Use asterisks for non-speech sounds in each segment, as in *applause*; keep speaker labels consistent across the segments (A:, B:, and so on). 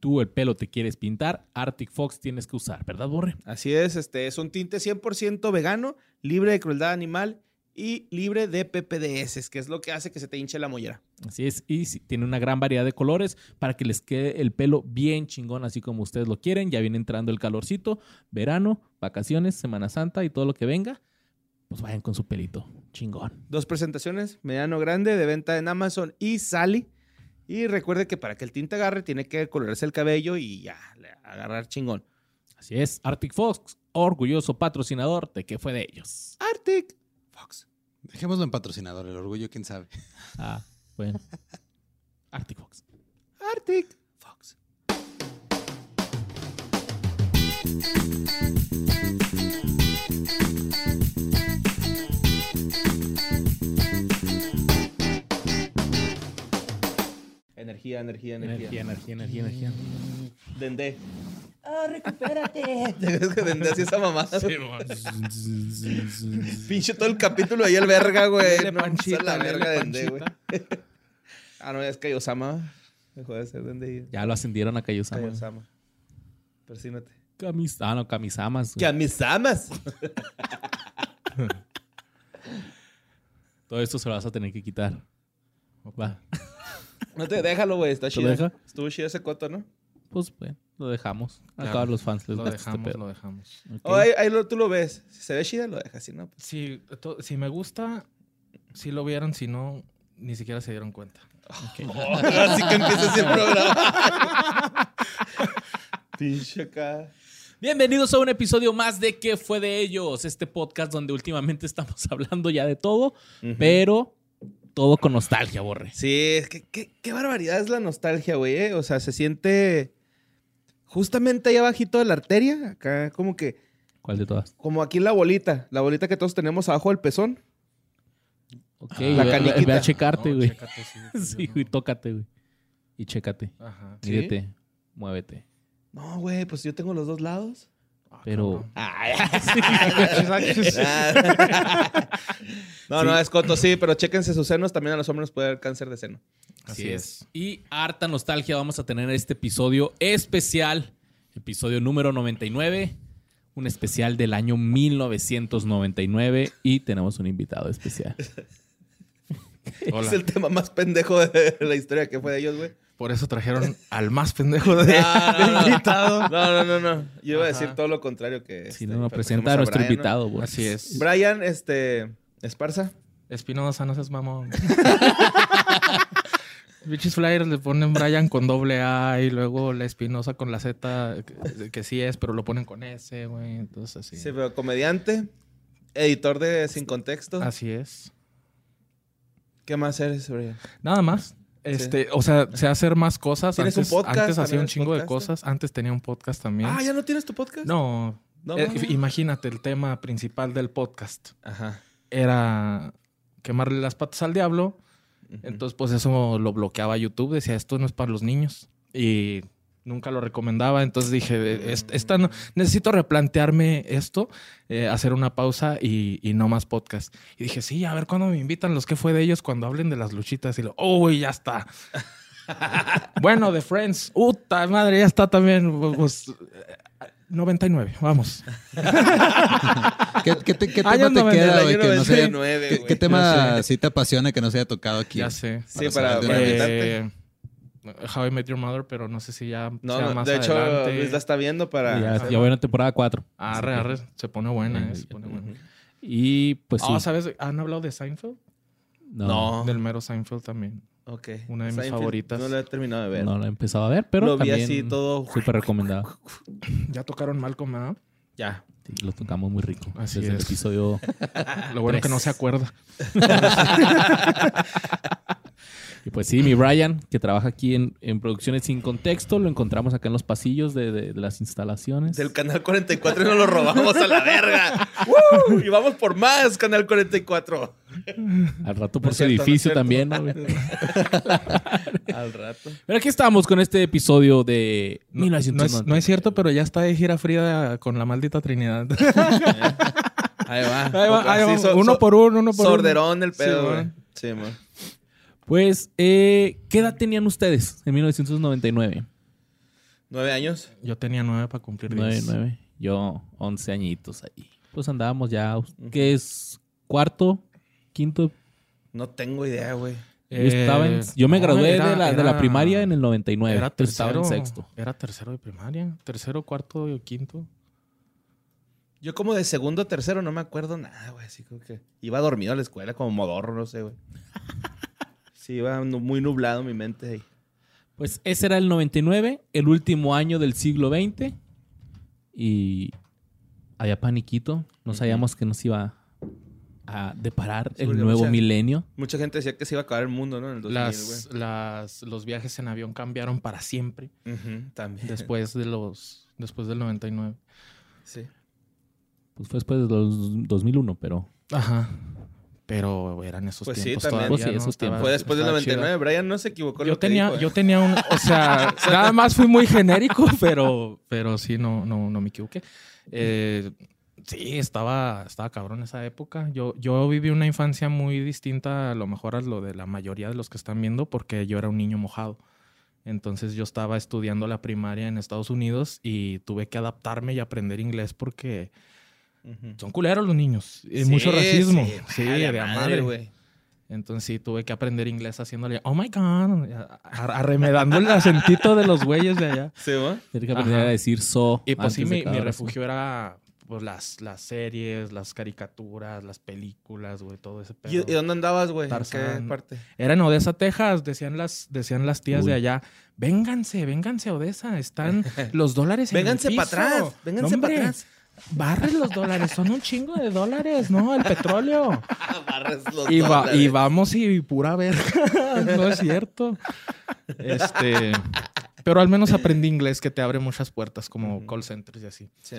A: tú el pelo te quieres pintar, Arctic Fox tienes que usar, ¿verdad, Borre?
B: Así es, este es un tinte 100% vegano, libre de crueldad animal y libre de PPDS, que es lo que hace que se te hinche la mollera.
A: Así es, y si- tiene una gran variedad de colores para que les quede el pelo bien chingón, así como ustedes lo quieren. Ya viene entrando el calorcito, verano, vacaciones, Semana Santa y todo lo que venga. Pues vayan con su pelito, chingón.
B: Dos presentaciones, mediano grande, de venta en Amazon y Sally. Y recuerde que para que el tinte agarre tiene que colorarse el cabello y ya, le- agarrar chingón.
A: Así es, Arctic Fox, orgulloso patrocinador de que fue de ellos.
B: Arctic Fox.
C: Dejémoslo en patrocinador, el orgullo, quién sabe.
A: Ah, *laughs* bueno. Arctic Fox.
B: Arctic Fox. Energía, energía, energía.
A: Energía, energía, energía, energía.
B: Dende. *laughs*
D: ¡Ah, recupérate!
B: Dende así esa mamada. Pinche todo el capítulo ahí el verga, güey.
A: Dele
B: No,
A: panchita,
B: la
A: dele
B: verga Dende, güey. *laughs*
A: panchita.
B: Ah, no, es que Yosama. Dejó de ser Dende
A: Ya lo ascendieron a
B: y
A: Kayosama.
B: Kayosama. Persínate.
A: Kamis- ah, no, Kamisamas. güey.
B: ¡Que a mis amas!
A: Todo esto se lo vas a tener que quitar. Va.
B: No te déjalo, güey, está
A: ¿Tú
B: chido.
A: deja?
B: Estuvo chido ese coto, ¿no?
A: Pues bueno, lo dejamos.
E: Claro.
A: Acabar los fans. Les
E: Lo
A: gusta este
E: dejamos,
A: pedo.
E: lo dejamos.
A: Ok.
B: O Oh, ahí, ahí lo, tú lo ves. Si se ve chida, lo dejas, si no. pues.
E: Si, to- si me gusta, si lo vieron, si no, ni siquiera se dieron cuenta.
B: así que empieza el programa. Pinche acá.
A: Bienvenidos a un episodio más de ¿Qué fue de ellos? Este podcast donde últimamente *laughs* estamos hablando ya de todo, pero todo con nostalgia, Borre.
B: Sí, es que qué, qué barbaridad es la nostalgia, güey. ¿eh? O sea, se siente justamente ahí abajito de la arteria. Acá como que,
A: ¿Cuál de todas?
B: como aquí en la bolita. La bolita que todos tenemos abajo del pezón.
A: Ok,
B: La
A: ve-
B: caniquita.
A: Ve a checarte,
E: Ah, No,
A: güey.
E: chécate, sí,
A: *laughs*
E: pues,
A: sí,
E: yo
A: güey,
E: no.
A: tócate, güey. Y chécate.
E: Ajá.
B: ¿Sí?
A: Mídete, muévete.
B: No, güey, pues yo tengo los dos lados.
E: Ah,
A: Pero- *laughs*
E: cabrón.
B: Ay, *laughs* no, no, es coto, sí, pero chéquense sus senos. También a los hombres puede dar cáncer de seno.
A: Así es. Y harta nostalgia vamos a tener este episodio especial, episodio número 99, un especial del año 1999 y tenemos un invitado
B: *laughs*
A: especial.
E: Hola.
B: Es el tema más pendejo de la historia que fue de ellos, güey.
E: Por eso
B: *laughs*
E: trajeron al más pendejo de invitado.
B: Ah, No, no, no, no. Yo iba a decir
E: Ajá.
B: todo lo contrario que.
A: Si
B: este,
A: no, nos
B: pero
A: presenta a
B: tenemos
A: nuestro
B: Brian, ¿no?
A: invitado. Borges.
E: Así es.
B: Brian, este. Esparza.
E: Espinosa, no seas mamón. *laughs* Bichis Flyers le ponen Brian con doble A y luego la Espinosa con la Z, que, que sí es, pero lo ponen con S, güey. Entonces, así.
B: Sí, pero comediante. Editor de Sin Contexto.
E: Así es.
B: ¿Qué más eres, Brian?
E: Nada más. Este, o sea, sé hacer más cosas.
B: ¿Tienes
E: Antes,
B: un podcast?
E: antes hacía
B: ¿También
E: un
B: eres
E: chingo de
B: podcaster?
E: cosas. Antes tenía un podcast también.
B: Ah, ¿ya no tienes tu podcast?
E: no.
B: No,
E: Eh,
B: mames.
E: imagínate, el tema principal del podcast
B: Ajá.
E: era quemarle las patas al diablo. Entonces, pues eso lo bloqueaba YouTube. Decía, esto no es para los niños. Y nunca lo recomendaba. Entonces dije, "E-, "Es- esta no- necesito replantearme esto, eh, hacer una pausa y, y no más podcast. Y dije, sí, a ver cuándo me invitan los que fue de ellos cuando hablen de las luchitas. Y lo, uy, ya está.
B: *laughs*
E: bueno, de Friends. Uta madre, ya está también. Pues, eh, 99, vamos.
C: ¿Qué, qué te- qué
E: Años
C: tema te
E: 90,
C: queda,
B: año
C: güey? Que no sea-
B: *laughs* 99,
C: ¿Qué,
B: güey.
C: qué tema
E: Ya sé.
C: sí te apasiona que no se haya tocado aquí?
E: Ya sé.
B: Sí, para-
C: saber de una
B: para
C: vez.
B: evitar-
E: Eh, How I Met Your Mother, pero no sé si ya
B: No,
E: sea
B: no,
E: más
B: de hecho,
E: adelante.
B: Luis la está viendo para.
A: Ya, ya voy en la temporada 4.
E: Arre, arre, se pone buena. eh, se pone buena.
A: Y pues sí.
E: Ah, ¿sabes? ¿Han hablado de Seinfeld?
A: no,
E: Del mero Seinfeld también.
B: Ok.
E: Una de mis
B: Seinfeld,
E: favoritas.
B: No la he terminado de ver.
A: no lo he empezado a ver, pero
B: Lo vi
A: también
B: así todo.
A: súper recomendado.
E: *laughs* Ya tocaron Malcolm, ¿verdad?
B: Ya.
A: Sí, lo tocamos muy rico.
E: Así
A: Desde el
E: es.
A: episodio
E: Ah, Lo bueno
A: Tres.
E: que no se acuerda.
A: Y pues sí, mi Brian, que trabaja aquí en, en Producciones Sin Contexto, lo encontramos acá en los pasillos de, de- de las instalaciones.
B: Del canal 44 y nos lo robamos a la verga. ¡Woo! Y vamos por más, canal 44.
A: Al rato por su
B: No es cierto, no es
A: edificio
B: cierto.
A: también. ¿no, güey?
E: *laughs*
B: Al rato.
A: Pero aquí estamos con este episodio de
E: No, no es,
A: 1990.
E: no es cierto, pero ya está de gira Frida con la maldita Trinidad. *laughs*
B: Ahí va.
E: Ahí
A: *laughs*
E: va, ahí
B: Así,
E: va,
B: so-
E: uno
B: so-
E: por uno, uno por
B: Sorderón el pedo,
E: Sí,
B: güey.
E: man.
B: Sí, man.
A: Pues, eh, ¿qué edad tenían ustedes en 1999?
B: ¿Nueve años?
E: Yo tenía nueve para cumplir
A: Nueve,
E: diez.
A: nueve. Yo, 11 añitos ahí. Pues andábamos ya, ¿qué es? ¿Cuarto? ¿Quinto?
B: No tengo idea, güey.
A: Yo, estaba en- yo me
E: Eh, no,
A: gradué
E: era-
A: de, la, de la
E: era-
A: primaria en el 99.
E: Era
A: Yo estaba
E: tercero.
A: en sexto.
E: Era tercero de primaria. Tercero, cuarto y quinto.
B: Yo como de segundo, tercero, no me acuerdo nada, güey. Así como que iba dormido a la escuela como modorro, no sé, güey. Sí, iba nu- muy nublado mi mente ahí.
A: Pues ese era el 99, el último año del siglo XX. Y había paniquito. No sabíamos que nos iba a deparar
B: Sí,
A: el
B: porque
A: nuevo
B: mucha-
A: milenio.
B: Mucha gente decía que se iba a acabar el mundo, ¿no? En el 2000,
E: Las, las, los viajes en avión cambiaron
A: *laughs*
E: para siempre
B: güey. Ujú, también.
E: después de los después del 99.
B: Sí.
A: Pues fue después de los 2001, pero
E: Ajá. Pero eran esos
B: Pues sí,
E: tiempos
B: también.
E: todavía.
A: Pues sí,
E: ¿no?
A: esos
E: Estaba-
A: tiempos.
B: Fue después del
E: estaba chido.
B: 99. Brian no se equivocó. en
E: Yo
B: lo que
E: tenía,
B: dijo,
E: yo
B: ¿eh?
E: tenía un,
B: *laughs*
E: o sea, nada más fui muy genérico, *laughs* pero, pero sí, no, no, no me equivoqué. Eh, sí, estaba, estaba cabrón esa época. Yo, yo viví una infancia muy distinta, a lo mejor a lo de la mayoría de los que están viendo, porque yo era un niño mojado. Entonces yo estaba estudiando la primaria en Estados Unidos y tuve que adaptarme y aprender inglés porque
B: Ujú.
E: son culeros los niños. y
B: Sí,
E: mucho racismo.
B: sí,
E: Sí,
B: a la
E: de a
B: madre,
E: madre.
B: güey.
E: Entonces sí, tuve que aprender inglés haciéndole, oh my god, a- a- arremedando el acentito de los güeyes de allá.
B: ¿Sí, va?
A: tenía que aprender
E: Ajá.
A: a decir so.
E: Y pues sí,
A: antes de
E: mi,
A: cada
E: mi
A: oración.
E: refugio era pues, las, las series, las caricaturas, las películas, güey, todo ese pedo.
B: ¿Y, y dónde andabas, güey? ¿En qué
E: Tarzán.
B: parte?
E: Era en Odessa, Texas, decían las, decían las tías
A: Uy.
E: de allá, vénganse, vénganse a Odessa, están los dólares en el
B: Vénganse para
E: piso".
B: atrás.
E: No,
B: Vénganse para
E: hombre,
B: atrás.
E: Barre los dólares, son un chingo de dólares, ¿no? El petróleo.
B: Barres los
E: Y, va- y
B: dólares.
E: vamos y pura verga. *laughs* no es cierto. Este. Pero al menos aprendí inglés que te abre muchas puertas como call centers y así.
B: Sí.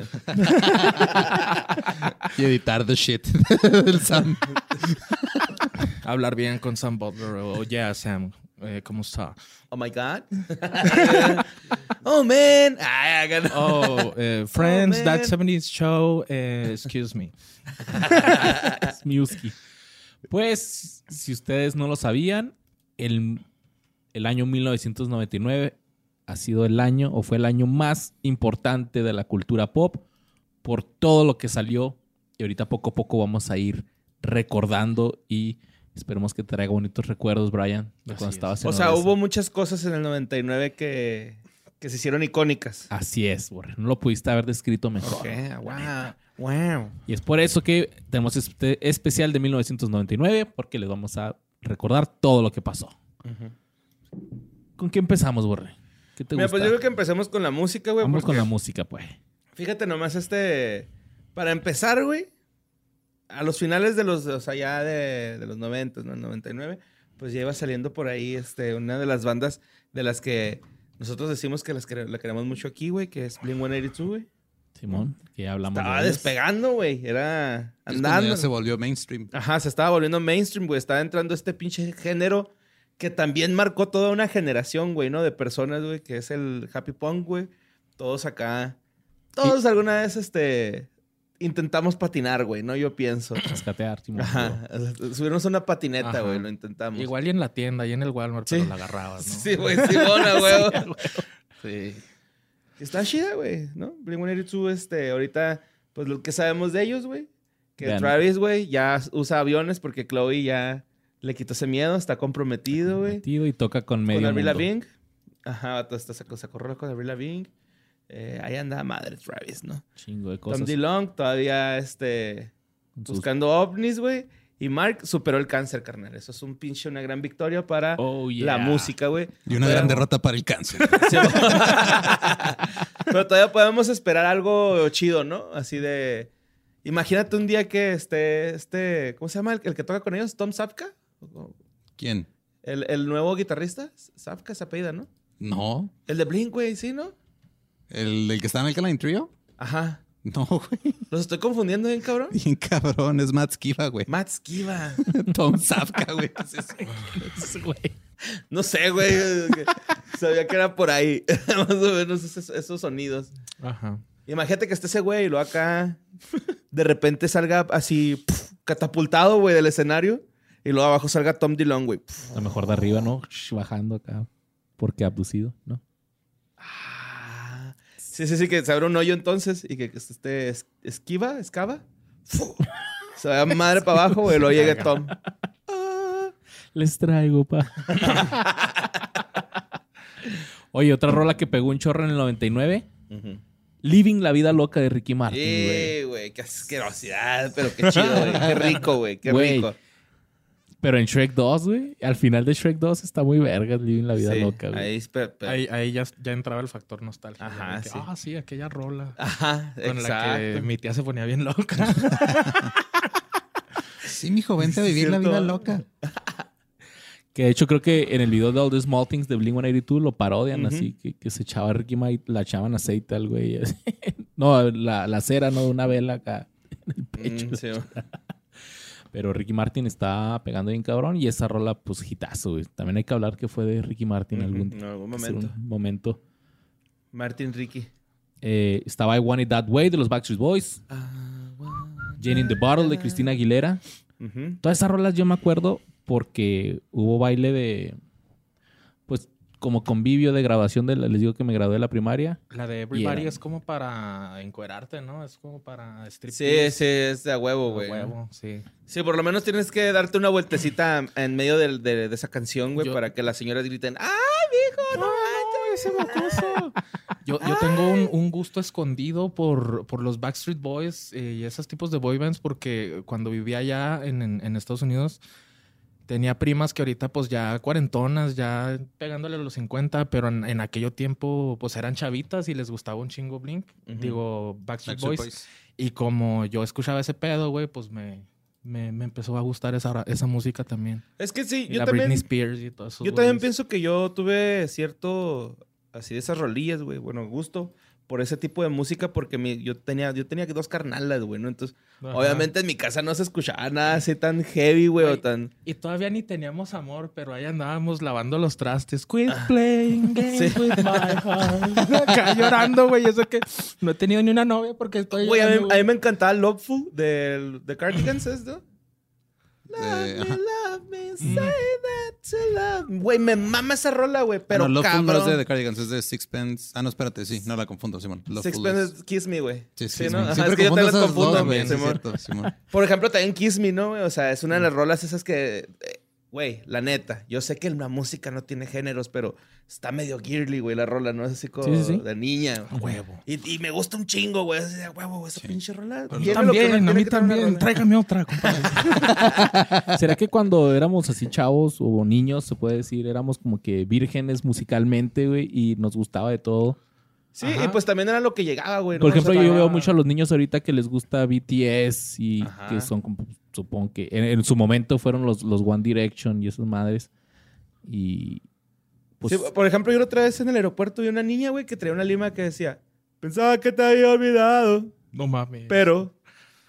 C: Y editar the shit *laughs* del Sam.
E: Hablar bien con Sam Butler o yeah, Sam, eh,
B: *laughs*
E: ¿cómo está?
B: Oh my God. oh man. Ay, acá no.
E: Oh, eh, friends,
B: Oh,
E: that
B: man.
E: 70s show, eh, excuse me.
A: *laughs* Es Miuski. Pues, si ustedes no lo sabían, el, el año 1999 ha sido el año o fue el año más importante de la cultura pop por todo lo que salió. Y ahorita poco a poco vamos a ir recordando y esperemos que traiga bonitos recuerdos, Brian, de cuando
E: Así
A: estabas en
B: O sea,
A: Odessa.
B: hubo muchas cosas en el 99 que, que se hicieron
E: Ah,
B: icónicas.
A: Así es, Borre. No lo pudiste haber descrito mejor.
B: Ok, wow. Wow.
A: Y es por eso que tenemos este especial de 1999, porque les vamos a recordar todo lo que pasó. ¿Con qué empezamos, Borre? ¿Qué te
B: Mira,
A: gusta?
B: pues yo creo que empecemos con la música, güey.
A: Vamos
B: porque
A: con la música, pues.
B: Fíjate nomás este... Para empezar, güey, a los finales de los... O sea, ya de, de los 90, ¿no? El 99, pues ya iba saliendo por ahí este, una de las bandas de las que nosotros decimos que las quere- la queremos mucho aquí, güey, que es Blink-182, güey.
A: Simón, que ya hablamos
B: Estaba
A: de ellos.
B: despegando, güey. Era
C: Es cuando
B: andando.
C: ya se volvió mainstream.
B: Ajá, se estaba volviendo mainstream, güey. Estaba entrando este pinche género que también marcó toda una generación, güey, ¿no? De personas, güey, que es el happy punk, güey. Todos acá. Todos alguna vez, este. Intentamos patinar, güey, ¿no? Yo pienso.
A: Rescatear, Simón.
B: Ajá. Subirnos a una patineta,
E: Ajá.
B: güey. Lo intentamos.
E: Igual y en la tienda, y en el Walmart,
B: Sí.
E: pero
A: *laughs*
E: la agarrabas, ¿no?
B: Sí, güey, *laughs* sí, bona, güey. Sí. Está chida, güey, ¿no? Blink-182, este, ahorita, pues lo que sabemos de ellos, güey. Que
A: Vean.
B: Travis, güey, ya usa aviones porque Chloe ya le quitó ese miedo, está comprometido, güey.
A: Metido y toca con medio
B: Con Avril
A: mundo.
B: Lavigne. Ajá, vato, está sacó, sacó rola con Avril Lavigne. Eh, ahí anda madre Travis, ¿no?
A: Chingo de
B: Tom
A: cosas.
B: DeLong todavía, este,
A: Con sus-
B: buscando ovnis, güey. Y Mark superó el cáncer, carnal. Eso es un pinche, una gran victoria para
A: Oh, yeah. *laughs*
B: la música, güey.
C: Y una
B: Pero-
C: gran derrota para el cáncer.
B: Pero todavía podemos esperar algo chido, ¿no? Así de. Imagínate un día que esté este. ¿Cómo se llama? El, el que toca con ellos, Tom Sapka.
C: ¿Quién?
B: El, el nuevo guitarrista. Sapka se apellida, ¿no?
C: No.
B: El de Blink, güey, sí, ¿no?
C: ¿El, el que está en el Caline Trio?
B: Ajá.
C: No, güey. *laughs*
B: Los estoy confundiendo bien, cabrón.
C: Bien cabrón. Es Matt Skiba, güey. *laughs*
B: Matt Skiba.
C: Tom Zapka, güey. *laughs* ¿Qué es eso?
B: No sé, güey. Sabía que era por ahí. *laughs* Más o menos esos, esos sonidos.
E: Ajá.
B: Imagínate que esté ese güey y lo acá. De repente salga así, pf, catapultado, güey, del escenario. Y luego abajo salga Tom DeLonge, güey. pf.
A: A lo mejor de arriba, ¿no? Sh, Bajando acá. Porque abducido, ¿no?
B: Ah, Sí, sí, sí, que se abre un hoyo entonces y que este es- esquiva, escava. ¡fu! Se va madre para abajo güey, y luego llega Tom.
A: Les traigo,
B: *laughs*
A: pa. Oye, otra rola que pegó un chorro en el 99. Living la vida loca de Ricky Martin, güey.
B: Sí, güey, qué asquerosidad, pero qué chido, güey. Qué rico, güey, qué
A: Güey,
B: rico.
A: Pero en Shrek 2, güey. Al final de Shrek 2 está muy verga Living la vida
B: Sí,
A: loca, güey.
B: Ahí, es pe- pe-
E: Ahí, ahí ya, ya entraba el factor nostalgia.
B: Ajá,
E: de que,
B: sí.
E: Ah, sí, aquella rola.
B: Ajá,
E: con la que
B: exacto.
E: mi tía se ponía
B: *laughs*
E: bien loca.
C: Sí, mijo, vente a vivir la
B: Cierto.
C: vida loca.
A: Que de hecho creo que en el video de All the Small Things de Blink-182 lo parodian
B: Ujú.
A: así. Que, que se echaba Ricky Martin, la echaban aceite al güey. así. *laughs* no, la, la cera, no, de una vela acá en el pecho.
B: Mm, sí, güey.
A: Pero Ricky Martin está pegando bien cabrón y esa rola, pues, hitazo, güey. También hay que hablar que fue de Ricky Martin algún
B: En algún
A: hacer
B: momento.
A: Un momento.
B: Martin Ricky.
A: Eh, estaba I Want It That Way de los Backstreet Boys. Jane in the Bottle de Cristina Aguilera.
B: Ujú.
A: Todas esas rolas yo me acuerdo porque hubo baile de. Pues como convivio de graduación. De la- les digo que me gradué de la primaria.
E: La de Everybody
A: Y era-
E: es como para encuerarte, ¿no? Es como para strip.
B: Sí, sí, es de a huevo, güey.
E: Huevo, sí.
B: Sí, por lo menos tienes que darte una vueltecita en medio del- de, de esa canción, güey,
E: Yo-
B: para que las señoras griten, ¡ah!
E: *laughs* Yo, yo tengo un, un gusto escondido por, por los Backstreet Boys eh, y esos tipos de boy bands porque cuando vivía allá en, en- en Estados Unidos tenía primas que ahorita pues ya cuarentonas, ya pegándole a los 50, pero en, en aquello tiempo pues eran chavitas y les gustaba un chingo Blink,
B: Ujú.
E: digo Backstreet, Boys. Y como yo escuchaba ese pedo, güey, pues me, me, me empezó a gustar esa, ra- esa música también.
B: Es que sí,
E: Y
B: yo
E: la
B: también...
E: Britney Spears y todo eso.
B: Yo también pienso que yo tuve cierto, así de esas rolillas, güey, bueno, gusto por ese tipo de música porque mi- yo tenía yo tenía dos carnalas, güey, ¿no? Entonces, obviamente en mi casa no se escuchaba nada así tan heavy, güey, o
E: Ay.
B: tan...
E: Y todavía ni teníamos amor, pero ahí andábamos lavando los trastes. Quit
B: Ah. *laughs*
E: playing games with my heart. Acá llorando, güey. Eso que no he tenido ni una novia porque estoy
B: Güey, a mí,
E: llorando,
B: a
E: güey.
B: mí me encantaba Loveful de, de Cardigans, ¿es, no? Love
C: Eh,
B: me,
C: ajá. Mm.
B: love me, say that you love me. Güey, me mama esa rola, güey, pero
C: Pero no, Loveful no
B: cabrón.
C: es de The Cardigans, es de Sixpence. Ah, no, espérate, sí, no la confundo, Simón. Loveful
B: Sixpence es Kiss Me, güey.
C: es- Sí, sí,
B: Sí, ¿no?
C: Simón.
B: Ajá,
C: Siempre
B: es que yo te
C: confundo
B: las
C: esas dos,
B: confundo,
C: güey, sí, es
B: Simón.
C: cierto,
B: *laughs*
C: Simón.
B: Por ejemplo, también Kiss Me, ¿no? güey? O sea, es una de
A: Mm.
B: las rolas esas que, eh, güey, la neta, yo sé que la música no tiene géneros, pero está medio girly, güey, la rola, ¿no? Es así como
A: Sí, Ah, sí, sí.
B: de niña. güey.
E: Huevo.
B: Y, y me gusta un chingo, güey. Es así de huevo, güey, esa pinche rola.
E: A
B: tiene
E: mí
B: lo que no
E: también,
B: tiene
E: a mí
B: que tener una
E: también.
B: rola.
E: Tráigame otra, compadre. *laughs*
A: ¿Será que cuando éramos así chavos o niños, se puede decir, éramos como que vírgenes musicalmente, güey, y nos gustaba de todo?
B: Sí, y
E: Ajá.
B: pues también era lo que llegaba, güey. ¿no?
A: Por ejemplo,
B: O sea,
A: yo
B: estaba-
A: veo mucho a los niños ahorita que les gusta BTS y
B: Ajá.
A: que son, como- supongo que en, en su momento fueron los, los One Direction y esas madres. Y pues,
B: Sí, por ejemplo, yo la otra vez en el aeropuerto vi una niña, güey, que traía una lima que decía, pensaba que te había olvidado.
E: No mames.
B: Pero,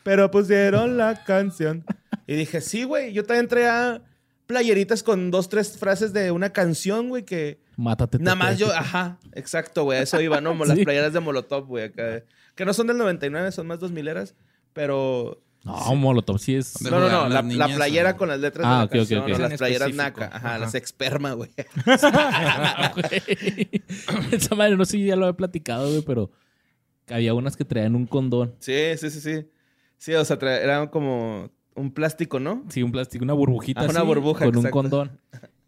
B: pero pusieron la canción. Y dije, sí, güey, yo también traía playeritas con dos, tres frases de una canción, güey, que
A: mátate.
B: nada más
A: Tete.
B: yo, ajá, exacto, güey, a eso
A: *laughs*
B: iba, ¿no? Como las
A: Sí.
B: playeras de Molotov, güey, acá, que no son del 99, son más 2000 eras, pero...
A: No, Molotov sí
B: *laughs*
A: es... *laughs*
C: ¿Dónde
B: No, no, no,
C: jugaban
B: la,
C: las
B: la
C: niñas,
B: playera
C: o-
B: con las letras
A: Ah,
B: de la
A: ok, ok,
B: canción,
A: ok.
B: o
E: En
B: las playeras
E: específico,
B: naca, ajá,
E: ajá.
B: las experma, güey. *laughs*
A: güey. Esa madre, no sé si ya lo había platicado, güey, pero había unas que traían un condón.
B: Sí, sí, sí, sí. Sí, o sea, tra- era como un plástico, ¿no?
A: Sí, un plástico, una burbujita
B: Ah, una
A: así,
B: burbuja,
A: con un
B: exacto.
A: condón.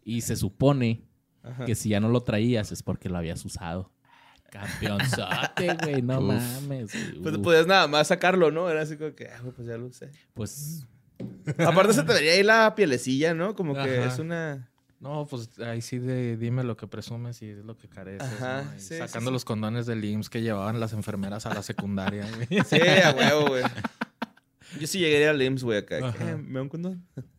A: Y se supone
B: Ajá.
A: que si ya no lo traías es porque lo habías usado. Ah,
B: *laughs*
A: Campeonzote, güey, no
C: Uf.
A: mames. güey,
B: Pues
A: uf.
B: podías nada más sacarlo, ¿no? Era así como que, ah, güey, pues ya lo usé.
A: pues
B: Aparte se te vería ahí la pielecilla, ¿no? Como que
E: Ajá.
B: es una...
E: No, pues ahí sí de- dime lo que presumes y es lo que careces.
B: Ajá,
E: ¿no? Y
B: sí, sí,
E: sacando
B: sí.
E: los condones del IMSS que llevaban las enfermeras a
B: *laughs*
E: la secundaria. güey.
B: Sí, a huevo, güey. Yo sí llegué a ir al IMSS, güey, acá.
E: Ajá.
B: Eh, ¿Me da un condón? *laughs*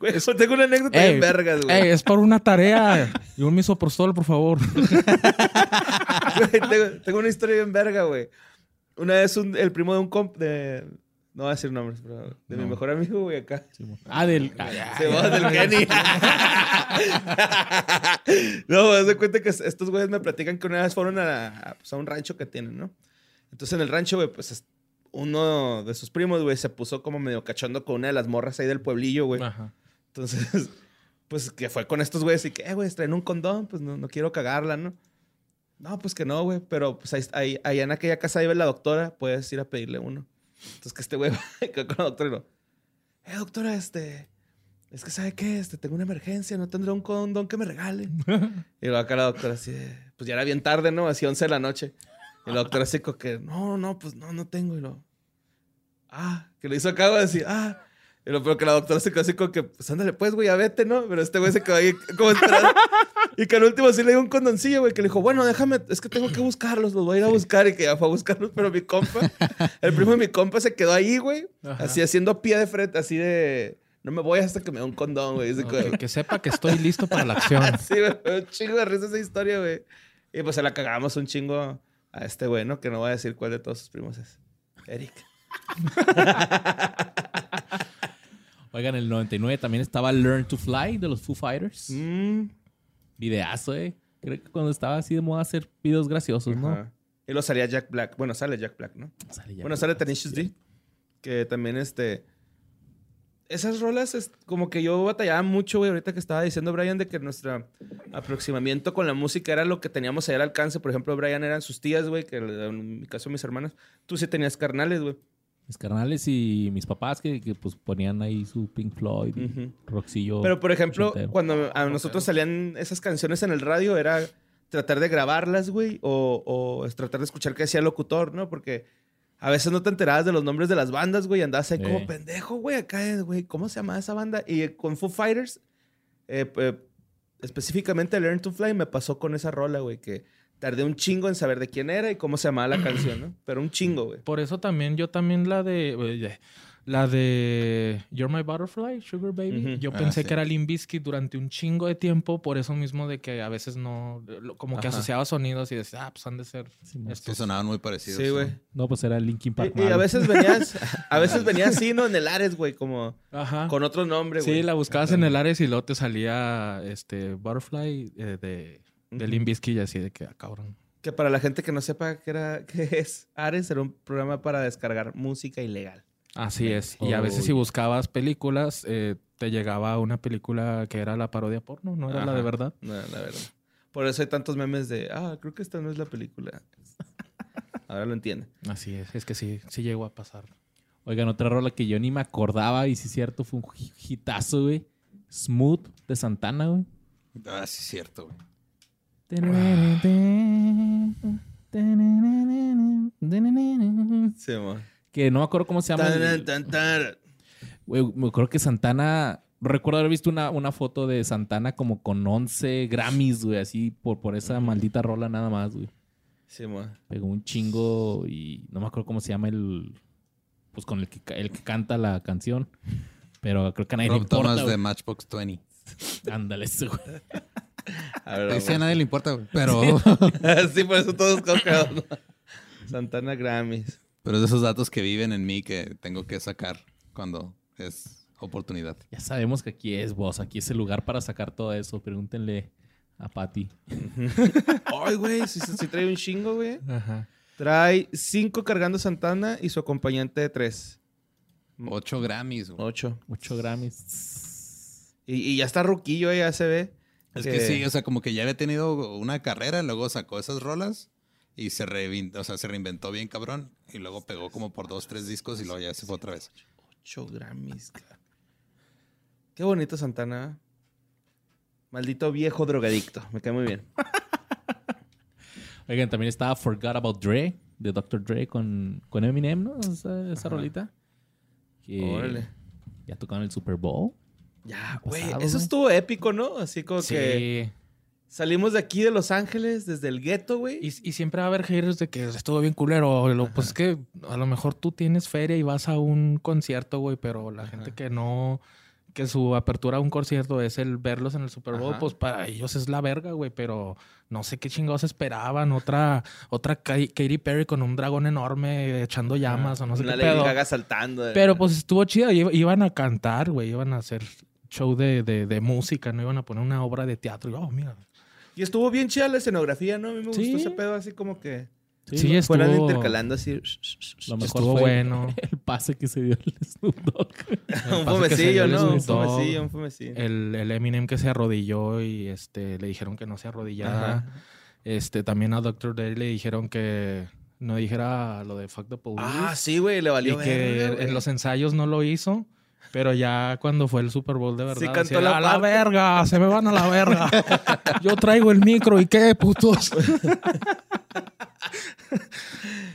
B: Güey, eso tengo una anécdota
E: Ey,
B: bien vergas, güey.
E: Ey, es por una tarea. Y un misoprostol, por favor.
B: *laughs* Güey, tengo, tengo una historia bien verga, güey. Una vez un- el primo de un comp... De, no voy a decir nombres, pero de mi
A: No.
B: mejor amigo, güey, acá.
A: ah del ah,
B: Se va del Kenny. *laughs* no, haz de cuenta que estos güeyes me platican que una vez fueron a, a, pues, a un rancho que tienen, ¿no? Entonces en el rancho, güey, pues es- uno de sus primos, güey, se puso como medio cachondo con una de las morras ahí del pueblillo, güey.
E: Ajá.
B: *laughs* Entonces, pues que fue con estos güeyes y que, eh, güey, traen un condón, pues no, no quiero cagarla, ¿no? No, pues que no, güey. Pero pues ahí, ahí- allá en aquella casa vive la doctora, puedes ir a pedirle uno. Entonces que este güey *laughs* va con la doctora y lo. Eh, doctora, este. Es que sabe qué, este, tengo una emergencia, no tendré un condón que me regale. Y luego acá la doctora así, de, pues ya era bien tarde, ¿no? Así 11 de la noche. Y la doctora así como que, no, no, pues no, no tengo. Y lo, ah, que lo hizo acá, güey, así, ah. Y lo, pero que la doctora se quedó así como que, pues ándale, pues, güey, ya vete, ¿no? Pero este güey se quedó ahí como esperando. Y que al último sí le dio un condoncillo, güey, que le dijo, bueno, déjame, es que tengo que buscarlos, los voy a ir a buscar. Y que ya fue a buscarlos, pero mi compa, el primo de mi compa se quedó ahí, güey,
E: Ajá.
B: así haciendo pie de frente, así de, no me voy hasta que me dé un condón, güey. Así
E: No,
B: como-
E: que, que sepa que estoy listo para la acción.
B: Sí, güey, fue un chingo de risa esa historia, güey. Y pues se la cagamos un chingo a este güey, ¿no? Que no voy a decir cuál de todos sus primos es. Eric.
A: Oigan, en el 99 también estaba Learn to Fly de los Foo Fighters.
B: Mm.
A: Videazo, eh. Creo que cuando estaba así de moda hacer videos graciosos, ¿no?
B: Ajá. Y luego salía Jack Black. Bueno, sale Jack Black, ¿no?
A: Sale ya.
B: bueno, sale Tenacious D. Que también, este... Esas rolas, es como que yo batallaba mucho, güey, ahorita que estaba diciendo Brian de que nuestro aproximamiento con la música era lo que teníamos ahí al alcance. Por ejemplo, Brian eran sus tías, güey, que en mi caso mis hermanas. Tú sí tenías carnales, güey.
A: Mis carnales y mis papás que, que, pues ponían ahí su Pink Floyd, y
B: Ujú.
A: Roxillo.
B: Pero, pues, por ejemplo,
A: ochentero.
B: cuando a nosotros salían esas canciones en el radio, era tratar de grabarlas, güey, o, o es tratar de escuchar qué decía el locutor, ¿no? Porque a veces no te enterabas de los nombres de las bandas, güey, y andabas ahí
A: Ey.
B: como pendejo, güey, acá, eh, güey, ¿cómo se llama esa banda? Y eh, con Foo Fighters, eh, eh, específicamente Learn to Fly, me pasó con esa rola, güey, que tardé un chingo en saber de quién era y cómo se llamaba la canción, ¿no? Pero un chingo, güey.
E: Por eso también yo también la de eh, la de You're My Butterfly, Sugar Baby.
B: Ujú.
E: Yo
C: Ah,
E: pensé
C: sí.
E: que era Limbisky durante un chingo de tiempo, por eso mismo de que a veces no lo- como que
B: Ajá.
E: asociaba sonidos y decía, ah, pues han de ser
A: Sí, mo-
E: estos.
C: Que sonaban muy
B: Sí,
C: parecidos.
B: güey.
A: No, pues era Linkin Park.
B: Y, y a
A: malo.
B: veces venías, a
E: *laughs*
B: veces venías así, ¿no? En el Ares, güey, como
E: Ajá.
B: con otro nombre, güey.
E: Ah. Sí, la buscabas en el Ares y luego te salía este Butterfly eh, de de
B: Ujú.
E: Limbisky y así de que, ah, cabrón.
B: Que para la gente que no sepa qué, era, *laughs* qué es Ares, era un programa para descargar música ilegal.
E: Así es. Eh, Oh. Y a veces
A: Uy.
E: si buscabas películas, eh, te llegaba una película que era la parodia porno, no era la de
B: Ajá.
E: verdad.
B: No, la verdad. Por eso hay tantos memes de, ah, creo que esta no es
C: *laughs*
B: la película. Ahora lo entienden.
E: Así es, es que sí, sí llegó a pasar.
A: Oigan, otra rola que yo ni me acordaba y si es cierto fue un hi- hitazo, güey. Smooth de Santana, güey.
C: Ah, sí, es cierto, güey.
B: Sí, amor.
A: Que no me acuerdo cómo se llama. el- Güey, me acuerdo que Santana. Recuerdo haber visto una, una foto de Santana como con 11 Grammys, güey, así por, por esa maldita rola nada más, güey.
B: Sí, amor.
A: Pegó un chingo y no me acuerdo cómo se llama el. Pues con el que, ca- el que canta la canción. Pero creo que a nadie le
C: Rob
A: importa.
C: Thomas de
A: güey.
C: Matchbox 20.
A: Ándale, ese, güey.
B: A ver,
C: Ese a
B: amor.
C: nadie le importa, güey. Pero, *laughs*
B: *laughs* sí, por eso todos cocados. ¿no? Santana Grammys.
C: pero es de esos datos que viven en mí que tengo que sacar cuando es oportunidad.
A: Ya sabemos que aquí es vos, aquí es el lugar para sacar todo eso. Pregúntenle a Patty.
B: Ay, güey, sí, sí, sí trae un chingo, güey.
E: Ajá.
B: Trae cinco cargando Santana y su acompañante de tres.
C: Ocho Grammys, güey.
B: Ocho.
A: 8 Grammys.
B: Y, y ya está ruquillo, eh, ya se ve.
C: Es que sí, o sea, como que ya había tenido una carrera, luego sacó esas rolas y se, reivin- o sea, se reinventó bien cabrón y luego pegó como por dos, tres discos y luego ya se fue otra vez.
B: 8 Grammys. cabrón. Qué bonito Santana. Maldito viejo drogadicto. Me cae muy bien.
A: Oigan, también estaba Forgot About Dre, de Dr. Dre con, con Eminem, ¿no? Esa, esa rolita. Que
B: Órale.
A: Ya tocaron el Super Bowl.
B: Ya,
A: pasado,
B: güey.
A: güey.
B: Eso estuvo épico, ¿no? Así como que
E: Sí.
B: salimos de aquí de Los Ángeles, desde el gueto, güey.
E: Y, y siempre va a haber haters de que estuvo bien culero. Lo, pues es que a lo mejor tú tienes feria y vas a un concierto, güey, pero la gente que no, que su apertura a un concierto es el verlos en el Super Bowl,
B: Ajá.
E: pues para ellos es la verga, güey, pero no sé qué chingados esperaban. Otra, otra Ka- Katy Perry con un dragón enorme echando llamas o no sé
B: Una
E: qué
B: Lady
E: pedo.
B: Gaga saltando. eh.
E: Pero pues estuvo chido. Iba- Iban a cantar, güey, iban a hacer show de, de, de música, no iban a poner una obra de teatro. Y, oh, mira.
B: Y estuvo bien chida la escenografía, ¿no? A mí me gustó
E: Sí.
B: ese pedo así como que
E: Sí,
A: lo-
E: es-
B: fueran
E: Estuvo-
B: intercalando así.
A: lo mejor
E: Estuvo
A: fue
E: bueno.
A: *laughs* el pase que se dio el Snoop Dogg. *laughs*
B: *laughs* un
E: Pasa que se
B: fumecillo,
E: dio el
B: ¿no? Un
E: Snoop Dogg.
B: fumecillo, un fumecillo.
E: el, el Eminem que se arrodilló y este le dijeron que no se arrodillara.
B: Ajá.
E: Este, también a Dr. Dre le dijeron que no dijera lo de Fuck the Police.
B: Ah, sí, güey, le
E: y
B: valió.
E: que
B: verga, güey.
E: en los ensayos no lo hizo. Pero ya cuando fue el Super Bowl de verdad,
B: Sí cantó
E: decía,
B: la
E: a la
B: parte".
E: verga, se me van a
B: *laughs*
E: la verga. Yo traigo el micro y qué putos.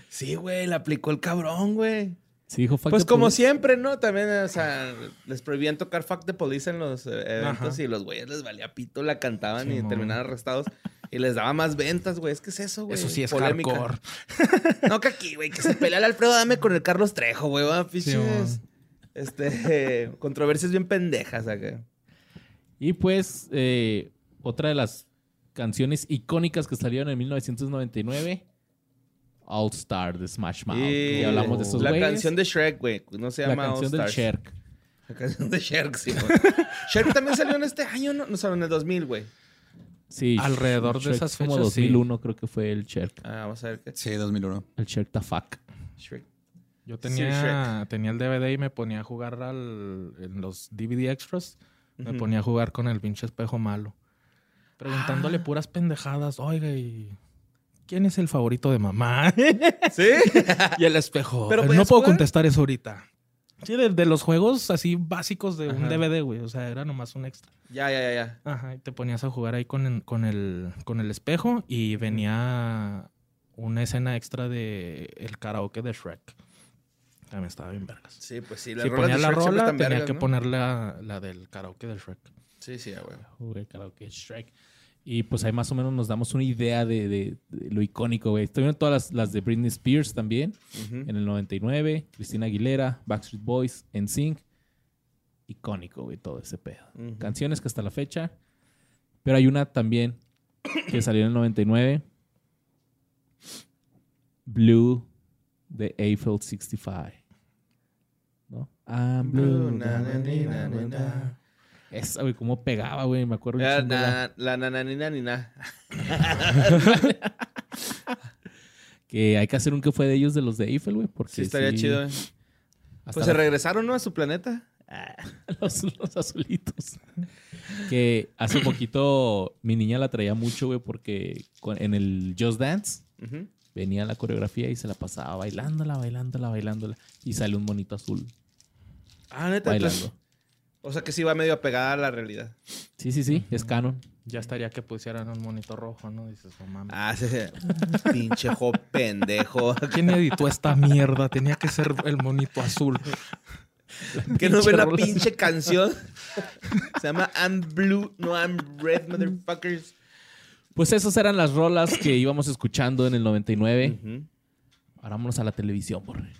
B: Sí, güey, le aplicó el cabrón, güey.
A: Sí, dijo Fuck
B: Pues
A: the
B: como
A: police.
B: siempre, ¿no? También, o sea, les prohibían tocar Fuck the Police en los eh, eventos
E: Ajá.
B: y los güeyes les valía pito, la cantaban y
E: Simón.
B: terminaban arrestados. Y les daba más ventas, güey. Es que es eso, güey.
E: Eso sí es
B: Polémica.
E: hardcore.
B: *laughs* No, que aquí, güey, que se pelea el Alfredo Dame con el Carlos Trejo, güey. va, pinches.
E: Simón.
B: este, *laughs* eh, controversias bien pendejas acá.
A: Y pues, eh, otra de las canciones icónicas que salieron en 1999, All Star de Smash Mouth. Y,
B: Y
A: hablamos de esos
B: La
A: güeyes.
B: canción de Shrek, güey. No se
A: La
B: llama
A: canción
B: All
A: del
B: Stars.
A: Cherk.
B: La canción de Shrek, sí, güey. Shrek también salió en este año, ¿no? No, salió en el 2000, güey.
A: Sí,
E: Alrededor de
A: Shrek
E: esas
A: Como
E: fechas, sí.
A: 2001 creo que fue el Cherk.
B: Ah, vamos a ver qué.
C: Sí, 2001.
A: El Cherk Tafak.
B: Shrek.
E: Yo
B: Sí,
E: tenía, tenía el DVD y me ponía a jugar al, en los DVD extras. Me
B: Ujú.
E: ponía a jugar con el pinche espejo malo. Preguntándole
B: Ah.
E: puras pendejadas. Oiga, ¿y quién es el favorito de
B: *laughs*
E: mamá?
B: ¿Sí?
E: y el espejo.
B: ¿Pero
E: "Eh, no
B: podías
E: puedo
B: jugar?
E: contestar eso ahorita. Sí, de, de los juegos así básicos de
B: Ajá.
E: un DVD, güey. O sea, era nomás un extra.
B: Ya, ya, ya, ya.
E: Ajá, y te ponías a jugar ahí con, el- con, el, con el espejo y venía una escena extra de el karaoke de Shrek. También estaba bien vergas.
B: Sí, pues sí.
E: Si
B: rolas
E: ponía
B: de
E: la
B: Shrek siempre
E: rola,
B: están
E: tenía
B: vergas,
E: que
B: ¿no?
E: poner la, la del karaoke de Shrek.
B: Sí, sí, güey.
A: Jugué karaoke Shrek. Y pues ahí más o menos nos damos una idea de, de- de lo icónico, güey. Estoy viendo todas las, las de Britney Spears también. En el 99, Cristina Aguilera, Backstreet Boys, NSYNC. Icónico, güey, todo ese pedo.
B: Ujú.
A: Canciones que hasta la fecha. Pero hay una también que salió en el 99. Blue de Eiffel 65. ¿No? I'm blue. na, na, na, na, na. Esa, güey, cómo pegaba, güey. Me acuerdo. un
B: La,
A: chingo la-
B: na- la nananina ni na.
A: Que hay que hacer un que fue de ellos, de los de Eiffel, güey. Porque
B: Sí, estaría chido. eh.
A: hasta
B: Pues se
A: la-
B: regresaron, ¿no? A su planeta.
A: *laughs* los, los azulitos. que hace poquito mi niña la traía mucho, güey, porque con- en el Just Dance
B: Ujú.
A: venía la coreografía y se la pasaba bailándola, bailándola, bailándola. Y sale un monito azul
B: Ah, neta. entonces-
A: bailando.
B: o sea que sí va medio apegada a la realidad.
A: Sí, sí, sí, es canon.
E: Ya estaría que pusieran un monito rojo, ¿no? Dices, no mames.
B: Ah, sí. *laughs* sí. Pinche jo pendejo.
E: ¿Quién editó esta mierda? Tenía que ser el monito *laughs* azul.
B: *laughs* que no ve
A: Pinche
B: la
A: rola.
B: pinche canción. *laughs* Se llama I'm Blue, no I'm Red, motherfuckers.
A: Pues esas eran las rolas que íbamos escuchando en el 99.
B: Ujú.
A: Ahora vámonos a la televisión, borre.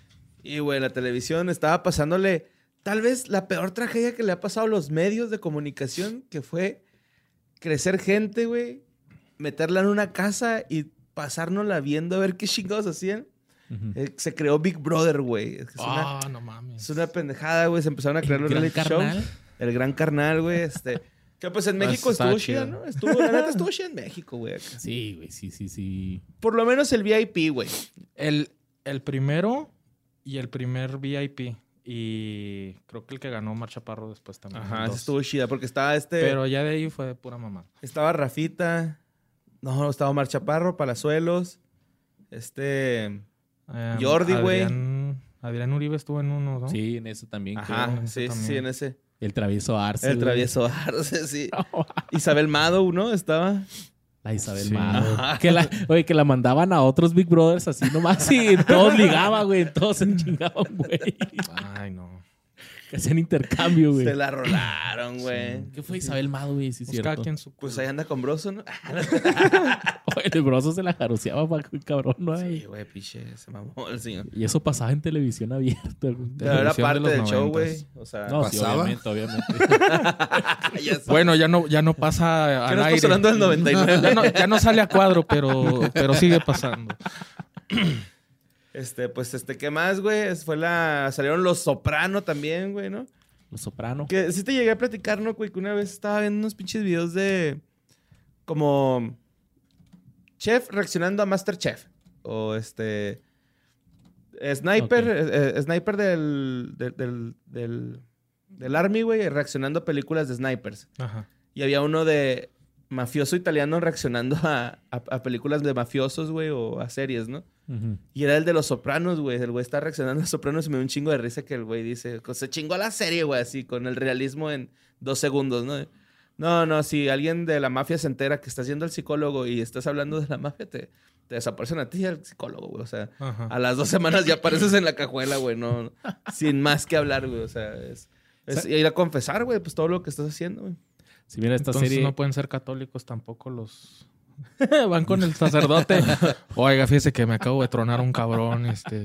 B: Y, güey, la televisión estaba pasándole tal vez la peor tragedia que le ha pasado a los medios de comunicación, que fue crecer gente, güey, meterla en una casa y pasárnosla viendo a ver qué chingados hacían.
A: Ujú.
B: Eh, se creó Big Brother, güey. Es, que es una-
E: Ah, no mames.
B: es una pendejada, güey. Se empezaron a crear los
A: Gran
B: reality
A: Carnal.
B: shows. El gran carnal, güey. Este, que pues en
E: Ah,
B: México
E: estaba
B: estuvo chida,
E: chido.
B: ¿no? Estuvo, la neta estuvo chida en México, güey. acá.
A: Sí, güey, sí, sí, sí.
B: Por lo menos el VIP, güey.
E: El, el primero y el primer VIP. Y creo que el que ganó Mar Chaparro después también.
B: Ajá,
E: Dos.
B: esa estuvo chida porque estaba este...
E: Pero ya de ahí fue de pura mamá.
B: Estaba Rafita. No, estaba Omar Chaparro, Palazuelos. Este.
E: Eh,
B: Jordi, güey.
E: Adrián, Adrián Uribe estuvo en uno, ¿no?
A: Sí, en eso también. creo.
B: Ajá, sí, sí,
E: ese también.
B: sí, en ese.
A: El travieso Arce.
B: El
A: güey.
B: travieso Arce, *laughs*
E: *laughs*
B: sí. Isabel Mado, ¿no? Estaba.
A: La Isabel
E: Sí.
A: Mado. Que la, oye, que la mandaban a otros Big Brothers así nomás y todos ligaban, güey. Todos se chingaban, güey. *laughs*
E: Ay, no.
A: Que hacían intercambio, güey.
B: Se la rolaron, güey.
A: ¿Qué fue Isabel Mado, güey? Sí,
E: Pues
A: cierto.
E: cada quien su
B: Pues ahí anda con Broso, ¿no?
A: Oye, el broso se la jaroseaba, pa- cabrón, ¿no?
B: Sí, güey, piche, se mamó el señor.
A: Y eso pasaba en televisión abierta, güey.
B: Pero era
E: Televisión de
B: parte
E: los
B: del show,
E: noventas.
B: güey. O sea,
A: No, sí,
C: ¿Pasaba?
A: obviamente, obviamente.
B: ya sé.
E: Bueno, ya no, ya no pasa
B: ¿Qué
E: al
B: nos
E: aire.
B: pasó hablando
E: *laughs*
B: del 99?
E: Ya no, ya no sale a cuadro, pero, pero sigue pasando.
B: Este, pues, este, ¿qué más, güey? Es- Fue la. Salieron los Soprano también, güey, ¿no?
A: Los Soprano.
B: Que sí te llegué a platicar, ¿no, güey? Que una vez estaba viendo unos pinches videos de. Como. Chef reaccionando a Masterchef. O este. Sniper.
A: Ok.
B: eh, eh, sniper del. Del. Del. del- del Army, güey. Reaccionando a películas de snipers.
E: Ajá.
B: Y había uno de. mafioso italiano reaccionando a, a- a películas de mafiosos, güey, o a series, ¿no?
A: Ujú.
B: Y era el de los sopranos, güey. El güey está reaccionando a los sopranos y me dio un chingo de risa que el güey dice, "Co- se chingó la serie, güey, así, con el realismo en dos segundos, ¿no? No, no, si alguien de la mafia se entera que estás yendo al psicólogo y estás hablando de la mafia, te, te desaparecen a ti y al psicólogo, güey. O sea,
E: Ajá.
A: Ah.
B: a las dos semanas ya apareces en la cajuela, güey, no, sin más que hablar, güey. O sea, es, es ir a confesar, güey, pues todo lo que estás haciendo, güey.
A: Si mira esta
E: Entonces
A: serie.
E: no pueden ser católicos tampoco los... *laughs* Van con el sacerdote. *laughs* Oiga, fíjese que me acabo de tronar un cabrón, este...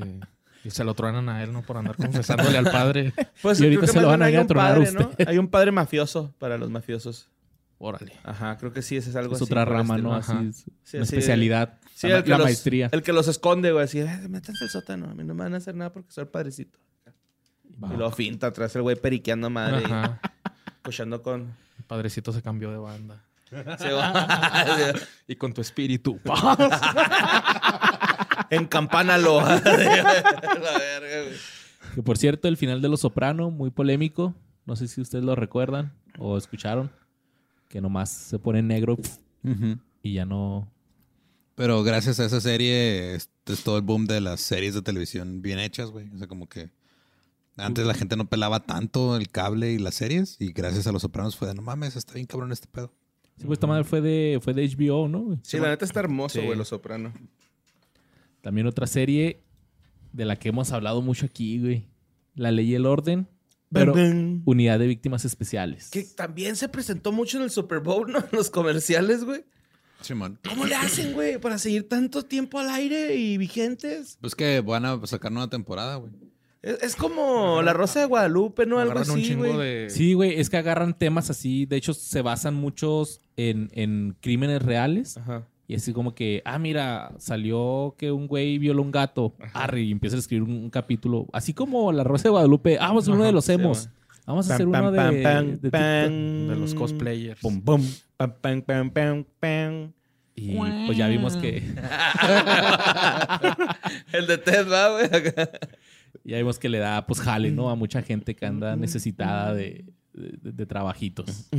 E: Y se lo tronan a él, ¿no? Por andar confesándole al padre.
B: Pues
A: Y ahorita
B: creo que
A: se lo
B: más
A: van a
B: bien
A: ir a
B: hay un
A: tronar a
B: padre, ¿no? Hay un padre mafioso para los mafiosos.
E: Órale.
B: Ajá, creo que sí, ese es algo
A: es
B: así
A: otra
B: por el
A: rama,
B: estilo.
A: ¿no?
E: Ajá.
A: Así es
B: Sí,
A: una
B: así-
A: especialidad.
B: Sí,
A: la
B: el que
A: la
B: los-
A: maestría.
B: El que los esconde, güey, así, "Eh, métanse al sótano, a mí no me van a hacer nada porque soy el padrecito.
A: Va.
B: Y lo finta atrás el güey periqueando a madre, y
E: Ajá.
B: cochando con...
E: El padrecito se cambió de banda.
B: se va-
E: *laughs* Y con
B: *laughs*
E: tu espíritu.
B: Encampánalo. *laughs* La verga, güey.
A: Que por cierto, el final de Los Soprano, muy polémico. No sé si ustedes lo recuerdan o escucharon. Que nomás se pone negro pf,
C: Ujú.
A: y ya no.
C: Pero gracias a esa serie es, es todo el boom de las series de televisión bien hechas, güey. O sea, como que antes la gente no pelaba tanto el cable y las series y gracias a Los Sopranos fue de no mames, está bien cabrón este pedo.
A: Sí, pues esta madre fue de, fue de HBO, ¿no? güey?
B: Sí, la neta está hermoso,
E: Sí.
B: güey, Los Soprano.
A: También otra serie de la que hemos hablado mucho aquí, güey. La ley y el orden. Pero
B: Bam, bam.
A: unidad de víctimas especiales.
B: Que también se presentó mucho en el Super Bowl, ¿no? En los comerciales, güey.
C: Simón.
B: ¿Cómo le hacen, güey, para seguir tanto tiempo al aire y vigentes?
C: Pues que van a sacar nueva temporada, güey.
B: Es, es como La Rosa de Guadalupe, ¿no? Algo
E: Agarran un
B: así,
E: chingo
B: güey.
E: de...
A: Sí, güey, es que agarran temas así. De hecho, se basan muchos en, en crímenes reales.
B: Ajá.
A: Y así como que, ah, mira, salió que un güey violó un gato. Arre, y empieza a escribir un, un capítulo. Así como La Rosa de Guadalupe. Ah, vamos a hacer uno de los
B: sí,
A: emos.
B: va.
A: Vamos a hacer
B: Pam,
A: uno de,
B: pam, pam,
A: de
B: pam.
A: TikTok.
E: de los cosplayers.
B: Pum, pum. Pam, pam, pam, pam, pam.
A: Y pues ya vimos que
B: El de Ted, va, güey.
A: ya vimos que le da pues jale, ¿no? A mucha gente que anda necesitada de, de- de trabajitos.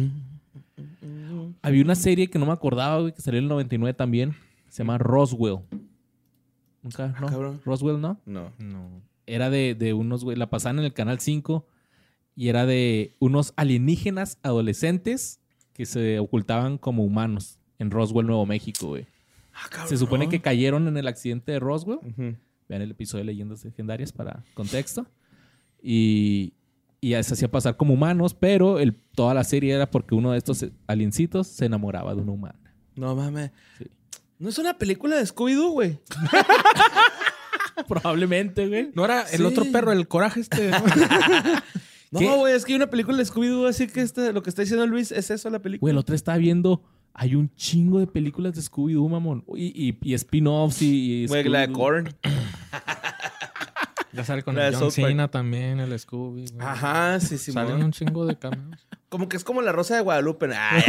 A: Había una serie que no me acordaba, güey, que salió en el 99 también. Se llama Roswell. Nunca, ¿no?
B: Ah, cabrón.
A: Roswell, ¿no?
B: No.
E: No.
A: era de, de unos, güey, la pasaban en el Canal 5 y era de unos alienígenas adolescentes que se ocultaban como humanos en Roswell, Nuevo México, güey.
B: Ah,
A: Se supone que cayeron en el accidente de Roswell.
B: Ujú.
A: Vean el episodio de Leyendas Legendarias para contexto. Y, y ya se hacía pasar como humanos, pero el, toda la serie era porque uno de estos aliencitos se enamoraba de una
B: *laughs*
A: humana.
B: No mames.
A: Sí.
B: No es una película de Scooby-Doo, güey.
A: Probablemente, güey.
E: No era el
B: Sí.
E: otro perro, el coraje este.
A: ¿Qué?
B: No, güey, es que hay una película de Scooby-Doo, así que esta- lo que está diciendo Luis es eso la película.
A: Güey, el otro estaba viendo. Hay un chingo de películas de Scooby-Doo, mamón. Y, y, y spin-offs y. y
B: Güey, la de
A: Scooby-Doo.
B: Korn.
E: ya sale con
B: La
E: el
B: de
E: John
B: South Park.
E: Cena también, el Scooby. güey.
B: Ajá, sí, sí.
E: Salen
B: mon.
E: un chingo de cameos.
B: Como que es como la Rosa de Guadalupe. Ay,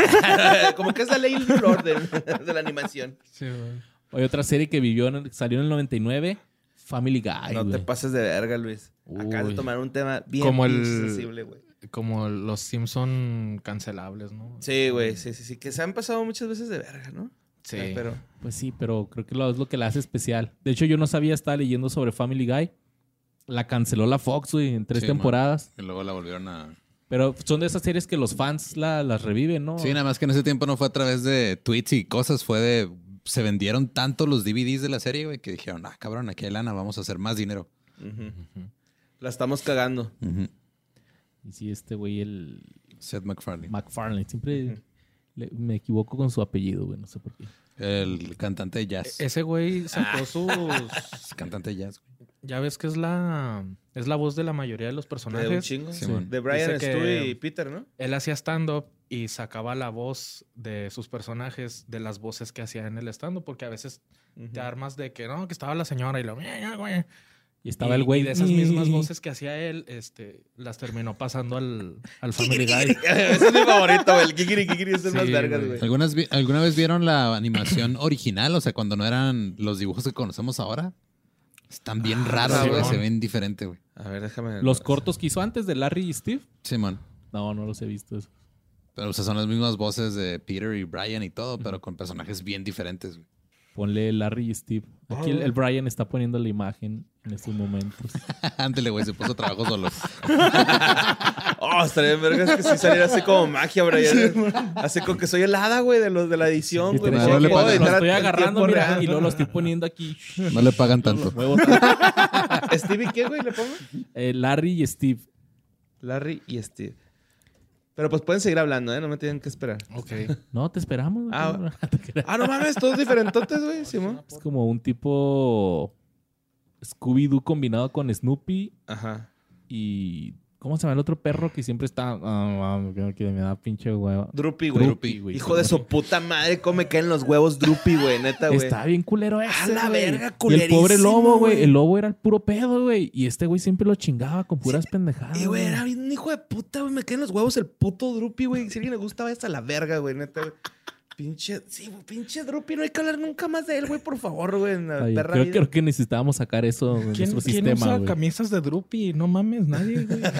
B: *laughs* como que es la ley y el orden *laughs* de la animación.
E: *laughs* Sí, güey.
A: Hay otra serie que vivió en el- salió en el 99, Family Guy.
B: no te
A: güey.
B: pases de verga, Luis. Acabas de
E: Uy.
B: tomar un tema bien
E: Como el-
B: pinche sensible, güey.
E: Como los Simpson cancelables, ¿no?
B: Sí, güey, sí, sí, sí. Que se han pasado muchas veces de verga, ¿no?
E: Sí.
B: Ay, Pero
A: Pues sí, pero creo que lo, es lo que la hace especial. De hecho, yo no sabía, estaba leyendo sobre Family Guy. La canceló la Fox, güey, en tres
C: Sí, man.
A: temporadas.
C: Y luego la volvieron a...
A: Pero son de esas series que los fans la- las reviven, ¿no?
C: Sí, nada más que en ese tiempo no fue a través de tweets y cosas, fue de... Se vendieron tanto los DVDs de la serie, güey, que dijeron, ah, cabrón, aquí hay lana, vamos a hacer más dinero.
B: ujú, la estamos cagando.
C: Ujú.
A: Y sí, este güey, el
C: Seth MacFarlane.
A: McFarlane, siempre le- me equivoco con su apellido, güey, no sé por qué.
C: El cantante de jazz.
E: E- Ese güey
B: Ah.
E: sacó sus.
C: Cantante de jazz, güey.
E: Ya ves que es la. Es la voz de la mayoría de los
B: De un
E: personajes.
B: chingo.
C: Simón.
B: De Brian,
E: Dice que-
B: Stu y Peter, ¿no?
E: Él hacía stand-up y sacaba la voz de sus personajes de las voces que hacía en el stand-up, porque a veces te
B: Ujú.
E: armas de que no, que estaba la señora y lo. güey.
A: Y estaba
E: Y-
A: el güey.
E: Y de
A: *laughs*
E: esas mismas voces que hacía él, este, las terminó pasando al, al Family Guy.
B: *laughs* Ese es mi favorito, güey. El Kikiri Kikiri es el
E: Sí,
B: más vergas,
E: güey.
B: güey.
C: ¿Algunas vi- ¿Alguna vez vieron la animación *clears throat* original? O sea, cuando no eran los dibujos que conocemos ahora. Están bien raros, güey.
E: cabrón.
C: Se ven diferente, güey.
B: A ver, déjame. *laughs*
A: Los cortos que hizo antes de Larry y Steve.
C: Simón.
A: No, no los he visto.
C: Pero o sea, son las mismas voces de Peter y Brian y todo, pero con personajes bien diferentes. güey. *laughs*
A: Ponle Larry y Steve. Aquí el, el Brian está poniendo la imagen en estos momentos.
C: Ándale, güey, se puso trabajo solo.
B: Oh, estaría en vergas que sí saliera así como magia, Brian. así como que soy el hada, güey, de los de la edición,
A: Y
B: güey.
A: te
C: *laughs* no
A: decía
C: le
A: que
C: puedo
A: lo
C: editar
A: estoy
B: en
A: agarrando,
B: tiempo
A: mira,
B: real.
A: y luego lo estoy
C: *laughs*
A: poniendo aquí.
C: No le pagan tanto.
A: Muevo tanto.
B: *laughs* Stevie, ¿qué, güey? ¿Le pongo?
A: Eh, Larry y Steve.
B: Larry y Steve. Pero pues pueden seguir hablando, ¿eh? No me tienen que esperar.
A: *laughs*
E: Ok.
A: No, te esperamos. güey. *laughs*
B: Ah, Ah, no mames, todos diferentotes, güey, Simón.
A: es como un tipo Scooby-Doo combinado con Snoopy
B: Ajá.
A: y... ¿Cómo se llama el otro perro que siempre está... Ah, ah, que- que me da pinche hueva.
B: Drupi, güey.
A: Drupi, güey.
B: Hijo de su puta madre, come caen los huevos Drupi, güey, neta, güey.
A: Está bien culero ese,
B: la
A: güey. Y
B: verga,
A: el pobre
B: culerísimo,
A: lobo, güey.
B: güey.
A: El lobo era el puro pedo, güey. Y este güey siempre lo chingaba con puras pendejadas.
B: Y, güey,
A: güey.
B: era un hijo de puta, güey. Me caen los huevos el puto Drupi, güey. Si a alguien le gusta, vaya hasta la verga, güey, neta, güey. Pinche, sí, güey, pinche Drupi. No hay que hablar nunca más de él, güey, por favor, güey. en la
A: Está bien.
B: perra
A: Creo,
B: vida.
A: creo que necesitábamos sacar eso de
E: ¿Quién,
A: nuestro
E: quién
A: este sistema,
E: usa
A: güey. *laughs*
B: *laughs*
E: camisas de Drupi? No mames, nadie, güey. *laughs*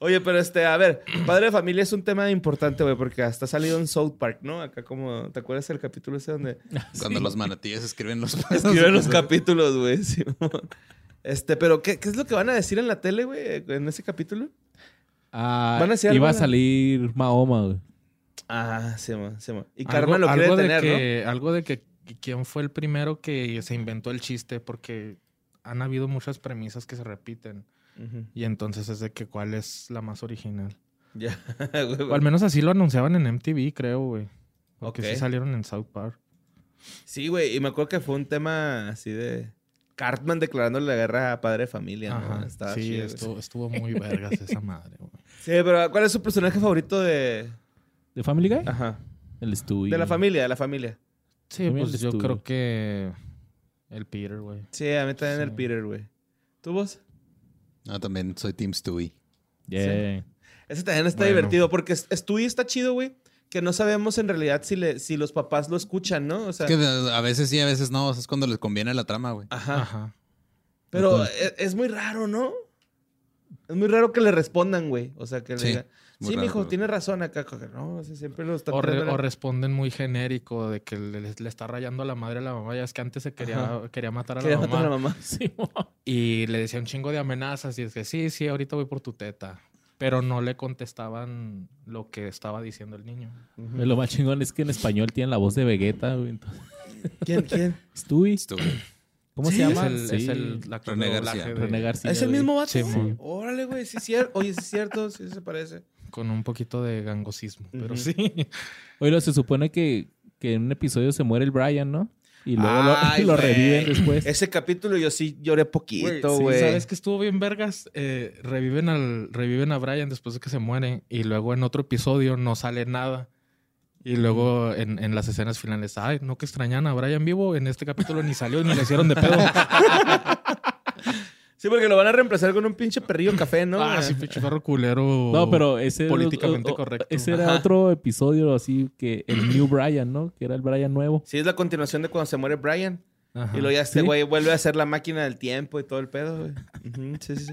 B: Oye, pero este, a ver, padre de familia es un tema importante, güey, porque hasta ha salido en South Park, ¿no? Acá como, ¿te acuerdas del capítulo
A: *laughs*
B: ese donde
C: Cuando los manatíes escriben los
B: escriben los capítulos, güey? *laughs* Simón? Este, pero ¿qué, ¿qué es lo que van a decir en la tele, güey, en ese capítulo?
A: Ah,
B: ¿Van a hacer
A: iba a
B: alguna?
A: salir Mahoma, güey.
B: Ah, Simón, Simón. Y
E: Algo-
B: Karma lo quiere
E: algo de
B: tener, ¿no?
E: que- Algo de que quién fue el primero que se inventó el chiste, porque han habido muchas premisas que se repiten.
B: Ujú.
E: Y entonces es de que cuál es la más original.
B: Ya, *laughs* güey, güey.
E: O al menos así lo anunciaban en MTV, creo, güey. Porque
B: Ok.
E: sí salieron en South Park.
B: Sí, güey, y me acuerdo que fue un tema así de Cartman declarándole la guerra a padre de familia,
E: Ajá.
B: ¿no? Estaba
E: sí,
B: chido, güey.
E: estuvo, estuvo muy vergas
B: *laughs*
E: esa madre, güey.
B: Sí, pero ¿cuál es su personaje favorito de...?
A: ¿De Family Guy?
B: Ajá.
A: El estudio.
B: Ah. De la familia, de la familia.
E: Sí,
A: También
E: pues
A: el
E: yo
A: estudio.
E: creo que el Peter, güey.
B: Sí, a mí también el
E: Sí.
B: Peter, güey. ¿Tú vos?
C: No, también soy Team Stewie.
A: Yeah.
B: Ese también está
E: Bueno.
B: divertido porque es- Stewie está chido, güey. Que no sabemos en realidad si, le, si los papás lo escuchan, ¿no? O sea,
C: Es que de- a veces sí, a veces no. o sea, es cuando les conviene la trama, güey.
B: ajá.
E: Ajá.
B: Pero es, es muy raro, ¿no? Es muy raro que le respondan, güey. O sea, que le
C: Sí,
B: digan,
C: es muy
B: sí,
C: raro,
B: mijo,
C: güey.
B: tiene razón acá. co- No, o sea, siempre lo está
E: O, re-
B: tratando-
E: o responden muy genérico de que le, le está rayando a la madre a la mamá. Ya es que antes se quería, quería matar a
B: Quería *laughs*
E: la
B: matar
E: mamá.
B: a la mamá.
A: Sí, mo-
E: Y le decía un chingo de amenazas y es que sí, sí, ahorita voy por tu teta. Pero no le contestaban lo que estaba diciendo el niño.
A: Lo más chingón es que en español tienen la voz de Vegeta, güey. Entonces,
B: ¿Quién? ¿Quién?
A: Stewie.
C: Stewie.
A: ¿Cómo
B: Sí,
A: se
E: Es
A: llama?
E: el,
A: Sí.
E: es el actor
C: René
E: de doblaje
C: García.
E: de-
A: René García,
B: ¿Es el
A: güey.
B: mismo vato?
E: Sí, mo.
B: Órale, güey, sí es cierto. Oye, sí es cierto, sí se parece.
E: Con un poquito de gangosismo, pero
B: Ujú.
E: sí.
A: Oye, lo- se supone que, que en un episodio se muere el Brian, ¿no? Y luego lo- *laughs*
B: Ay,
A: lo,
B: güey.
A: reviven después.
B: Ese capítulo yo sí lloré poquito,
A: sí,
B: güey.
E: ¿Sabes que estuvo bien vergas? Eh, reviven, al, reviven a Brian después de que se muere y luego en otro episodio no sale nada. Y luego en, en las escenas finales, ay, no que extrañan a Brian vivo, en este capítulo ni salió ni le hicieron de pedo.
A: *laughs*
B: Sí, porque lo van a reemplazar con un
A: *laughs*
B: pinche perrillo café, ¿no?
E: ah, sí, pinche perro culero.
A: No, pero ese era-
E: Políticamente
A: o- o-
E: correcto.
A: Ese era otro episodio así que el New Brian, ¿no? Que era el Brian nuevo.
B: Sí, es la continuación de cuando se muere Brian.
E: Ajá.
B: Y luego ya este
A: Sí.
B: güey vuelve a ser la máquina del tiempo y todo el pedo, güey. Ujú, sí, sí, sí.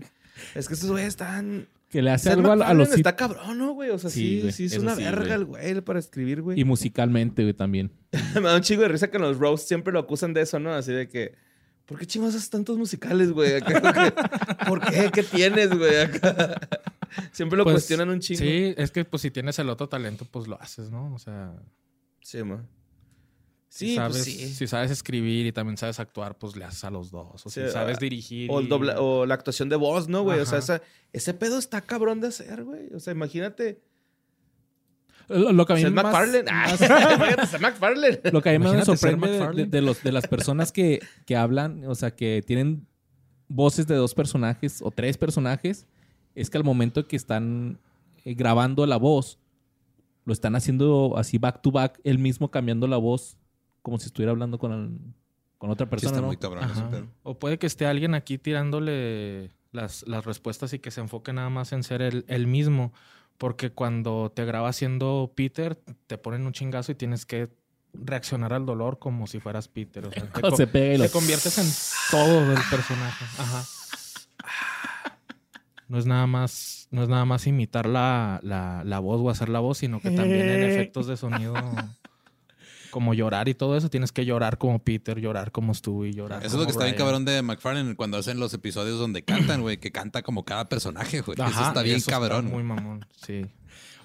B: Es que estos güeyes están...
A: Que le hace
B: Seth
A: algo a, a
B: MacFarlane
A: los
B: Está cabrón, ¿no, güey? O sea,
A: Sí,
B: sí, sí,
A: güey,
B: es
A: eso
B: una
A: sí, güey.
B: verga el güey para escribir, güey.
A: y musicalmente, güey, también.
B: *laughs* Me da un chingo de risa que en los roasts siempre lo acusan de eso, ¿no? Así de que... ¿Por qué chingados haces tantos musicales, güey? Acá, como que, ¿Por qué? ¿Qué tienes, güey? Acá. *laughs* Siempre lo
E: Pues,
B: cuestionan un chingo.
E: Sí, es que pues si tienes el otro talento, pues lo haces, ¿no? O sea,
B: Sí, ma.
E: si,
B: Sí, pues
E: sabes,
B: sí.
E: si sabes escribir y también sabes actuar, pues le haces a los dos. O
B: Sí,
E: si sabes
B: ah,
E: dirigir.
B: O, el
E: y-
B: dobla- o la actuación de voz, ¿no, güey? O sea,
E: Ajá.
B: esa- ese pedo está cabrón de hacer, güey. O sea,
E: *laughs*
B: imagínate.
A: Lo, lo que a mí
B: Seth
A: más-
B: MacFarlane. Ah, *laughs* imagínate, Seth MacFarlane.
A: Lo que a mí más me
E: Imagínate ser
A: sorprende de- de,
E: McFarlane.
A: de los, de las personas que, que hablan, o sea, que tienen voces de dos personajes o tres personajes, es que al momento que están eh, grabando la voz, lo están haciendo así back to back, él mismo cambiando la voz, como si estuviera hablando con, el- con otra
C: Sí,
A: persona.
C: está
A: ¿no?
C: muy cabrón
E: Ajá.
C: ese pedo.
E: O puede que esté alguien aquí tirándole las, las respuestas y que se enfoque nada más en ser el, el mismo. Porque cuando te graba siendo Peter, te ponen un chingazo y tienes que reaccionar al dolor como si fueras Peter. O sea,
B: *laughs*
E: te, co-
A: Se pega y lo-
E: te conviertes en todo el personaje. Ajá. no es nada más, no es nada más imitar la, la- la voz o hacer la voz, sino que también en efectos de sonido, como llorar y todo eso, tienes que llorar como Peter, llorar como Stu y llorar.
C: Eso es lo
E: Ah, como
C: que está bien
E: Brian.
C: cabrón de McFarlane cuando hacen los episodios
E: *clears throat*
C: donde cantan, güey, que canta como cada personaje, güey. Eso
E: Ajá,
C: está
E: y
C: bien
E: eso está
C: cabrón.
E: muy
C: güey.
E: mamón, sí.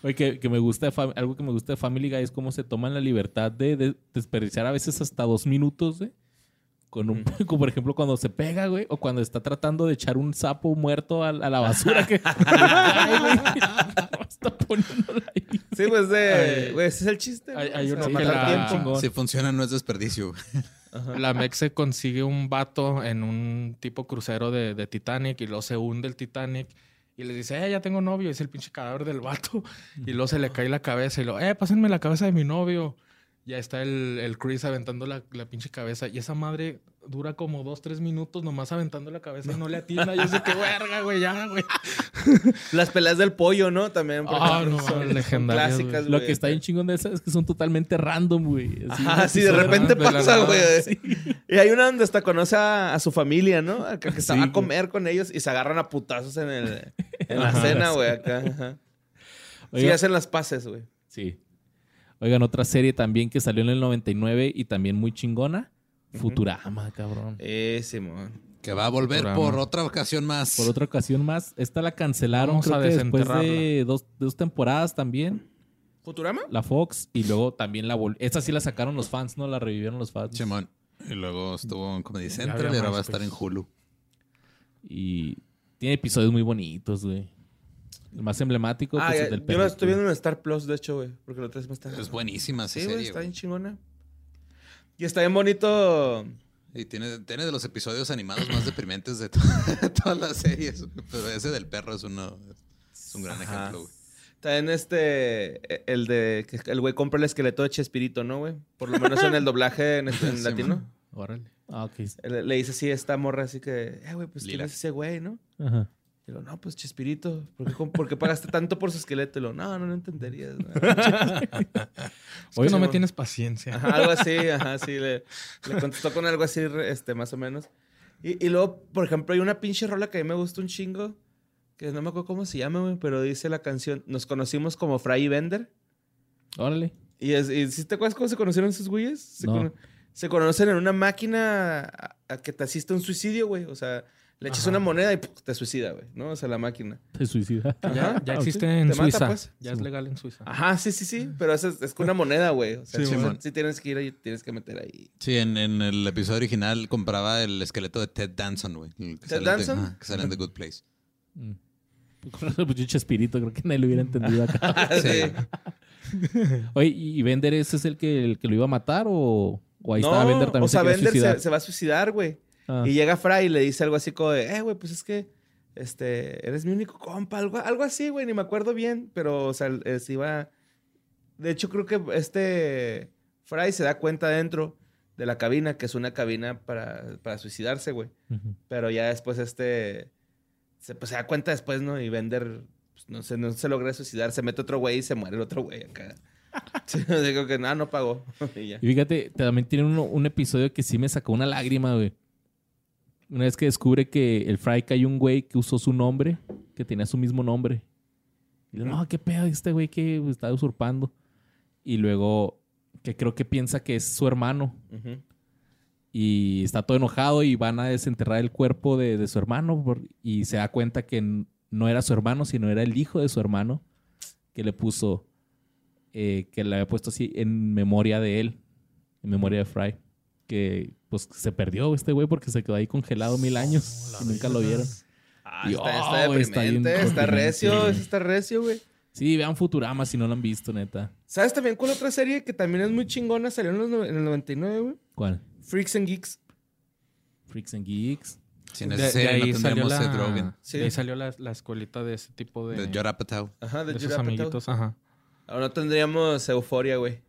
A: Oye, que, que me gusta, de Fam- algo que me gusta de Family Guy es cómo se toman la libertad de, de desperdiciar a veces hasta dos minutos, güey. Con un, *laughs* con, por ejemplo, cuando se pega, güey, o cuando está tratando de echar un sapo muerto a, a la basura
B: *laughs*
A: que. *laughs* Ay, güey. está poniéndola ahí.
B: Sí, pues de.
E: Ay.
B: Güey, ese es el chiste.
E: Hay-
B: güey,
E: hay
B: o sea,
E: uno que
B: matar
E: la-
B: tiempo.
C: Si funciona, no es desperdicio. güey.
E: La Mex se consigue un vato en un tipo crucero de, de Titanic y luego se hunde el Titanic y les dice, eh, ya tengo novio, y es el pinche cadáver del vato. Y luego se le cae la cabeza y lo, eh, pásenme la cabeza de mi novio. Ya está el, el Chris aventando la, la pinche cabeza y esa madre dura como dos, tres minutos nomás aventando la cabeza y no le atina. Yo sé que verga, güey, ya, güey.
B: Las peleas del pollo, ¿no? También. por
E: Ah,
B: ejemplo,
E: no, legendarias,
B: clásicas,
A: Lo que está bien chingón de esas es que son totalmente random, güey. Así,
B: Ajá, Ah, sí, de
A: episodio
B: repente
E: de la
B: pasa,
E: nada,
B: güey. Y hay una donde hasta conoce a, a su familia, ¿no? Acá que se va a comer con ellos y se agarran a putazos en, el, en la
A: Ajá.
B: cena, güey, acá. Ajá. Sí,
A: Oiga-
B: hacen las paces, güey.
A: Sí. Oigan, otra serie también que salió en el 99 y también muy chingona. Futurama, cabrón.
B: Eh, Simón.
C: Que va a volver
E: Programa.
C: por otra ocasión más.
A: Por otra ocasión más. Esta la cancelaron
E: Vamos
A: creo
E: a
A: que después de
E: desenterrarla.
A: dos, dos temporadas también.
B: ¿Futurama?
A: La Fox. Y luego también la volvió. Esta sí la sacaron los fans, ¿no? La revivieron los fans.
C: Chimón. Y luego estuvo en Comedy Central
E: había
C: y ahora
E: más,
C: va a estar en
E: pues.
C: Hulu.
A: Y tiene episodios muy bonitos, güey. El más emblemático
B: Ah,
A: pues,
B: ya-
A: el del
B: yo la estoy
A: perrito.
B: viendo en Star Plus, de hecho, güey. Porque la otra vez me está.
C: Es buenísima esa
B: Sí, güey,
C: serie,
B: está
C: güey.
B: bien chingona. Y está bien bonito.
C: Y tiene, tiene de los episodios animados más deprimentes de to- *laughs* todas las series. güey. Pero ese del perro es uno es un gran
B: Ajá.
C: ejemplo, güey.
B: También este, el de que el güey compra el esqueleto de Chespirito, ¿no, güey? Por lo menos en el doblaje en, en
C: Sí,
B: latino.
C: man.
E: Órale.
A: Ah, ok.
B: Le, le dice así a esta morra, así que, eh, güey, pues quién
C: Lila.
B: es ese güey, ¿no?
A: Ajá.
B: Y lo, no, pues Chespirito, ¿por qué, com- por qué pagaste tanto por su esqueleto? Y lo, no, no lo entenderías. ¿no?" *laughs*
E: Hoy
B: sí,
E: no me
B: bueno.
E: tienes paciencia.
B: Ajá, algo así, ajá, sí, le, le contestó con algo así, re- este, más o menos. Y, y luego, por ejemplo, hay una pinche rola que a mí me gusta un chingo, que no me acuerdo cómo se llama, güey, pero dice la canción, nos conocimos como Fry y Bender.
A: Órale.
B: Y, es, y ¿sí te acuerdas cómo se conocieron esos güeyes? Se,
A: No.
B: cono- se conocen en una máquina a, a que te asiste un suicidio, güey. O sea, le echas
E: Ajá.
B: una moneda y ¡puf! te suicida, güey, ¿no? O sea, la máquina.
A: Te suicida.
E: Ya,
B: Ajá.
E: ya
A: Ah, ok.
E: existe
B: Te
E: en
B: mata,
E: Suiza.
B: pues.
E: Ya es legal en Suiza.
B: Ajá, sí, sí, sí. Pero eso es, es con una moneda, güey. O sea,
C: Sí,
B: sí,
C: Simón.
B: sí tienes que ir ahí, tienes que meter ahí.
C: Sí, en, en el episodio original compraba el esqueleto de Ted Danson, güey. el que
B: ¿Ted
C: sale en The-
B: Danson?
C: ajá, que sale en The Good Place.
A: *laughs* Mm. Con ese pinche espíritu, creo que nadie lo hubiera entendido *laughs* acá.
B: *laughs* Sí.
A: Oye, ¿y Bender ese es el que, el que lo iba a matar o, o ahí estaba
B: No,
A: Bender también?
B: O
A: se
B: sea,
A: quería
B: Bender
A: suicidar?
B: se, se va a suicidar, güey.
A: Ah.
B: Y llega Fry y le dice algo así como de, eh, güey, pues es que este, eres mi único compa, algo, algo así, güey, ni me acuerdo bien, pero, o sea, el- eh, se iba... De hecho, creo que este Fry se da cuenta dentro de la cabina, que es una cabina para, para suicidarse, güey.
A: Ujú.
B: Pero ya después este, se, pues, se da cuenta después, ¿no? Y Bender, pues, no, se, no se logra suicidar, se mete otro güey y se muere el otro güey acá. *laughs* Sí, digo que, "Ah, no, no pagó. *laughs* y ya.
A: Y fíjate, también tiene uno- un episodio que sí me sacó una lágrima, güey. Una vez que descubre que el Fry hay un güey que usó su nombre, que tenía su mismo nombre. Y dice, no, qué pedo, este güey que está usurpando. Y luego, que creo que piensa que es su hermano.
B: Ujú.
A: Y está todo enojado y van a desenterrar el cuerpo de, de su hermano. por- y se da cuenta que n- no era su hermano, sino era el hijo de su hermano que le puso, eh, que le había puesto así en memoria de él, en memoria de Fry. Que pues se perdió este güey porque se quedó ahí congelado mil años y nunca lo vieron.
B: Ah,
A: Y,
B: está,
A: oh,
B: está
A: güey, está bien
B: deprimente, está,
A: deprimente,
B: recio,
A: güey.
B: eso está recio, güey.
A: Sí, vean Futurama si no lo han visto, neta.
B: ¿Sabes también cuál otra serie que también es muy chingona? Salió en, los no- en el 99, güey.
A: ¿Cuál?
B: Freaks and Geeks.
A: Freaks and Geeks.
C: Sin esa serie no tendríamos Seth Rogen.
B: Sí.
E: de ahí salió la, la escuelita de ese tipo de,
C: De Judd Apatow.
B: Ajá,
E: de
B: de
E: esos
B: Judd Apatow.
E: amiguitos. Ajá.
B: Ahora no tendríamos Euforia, güey.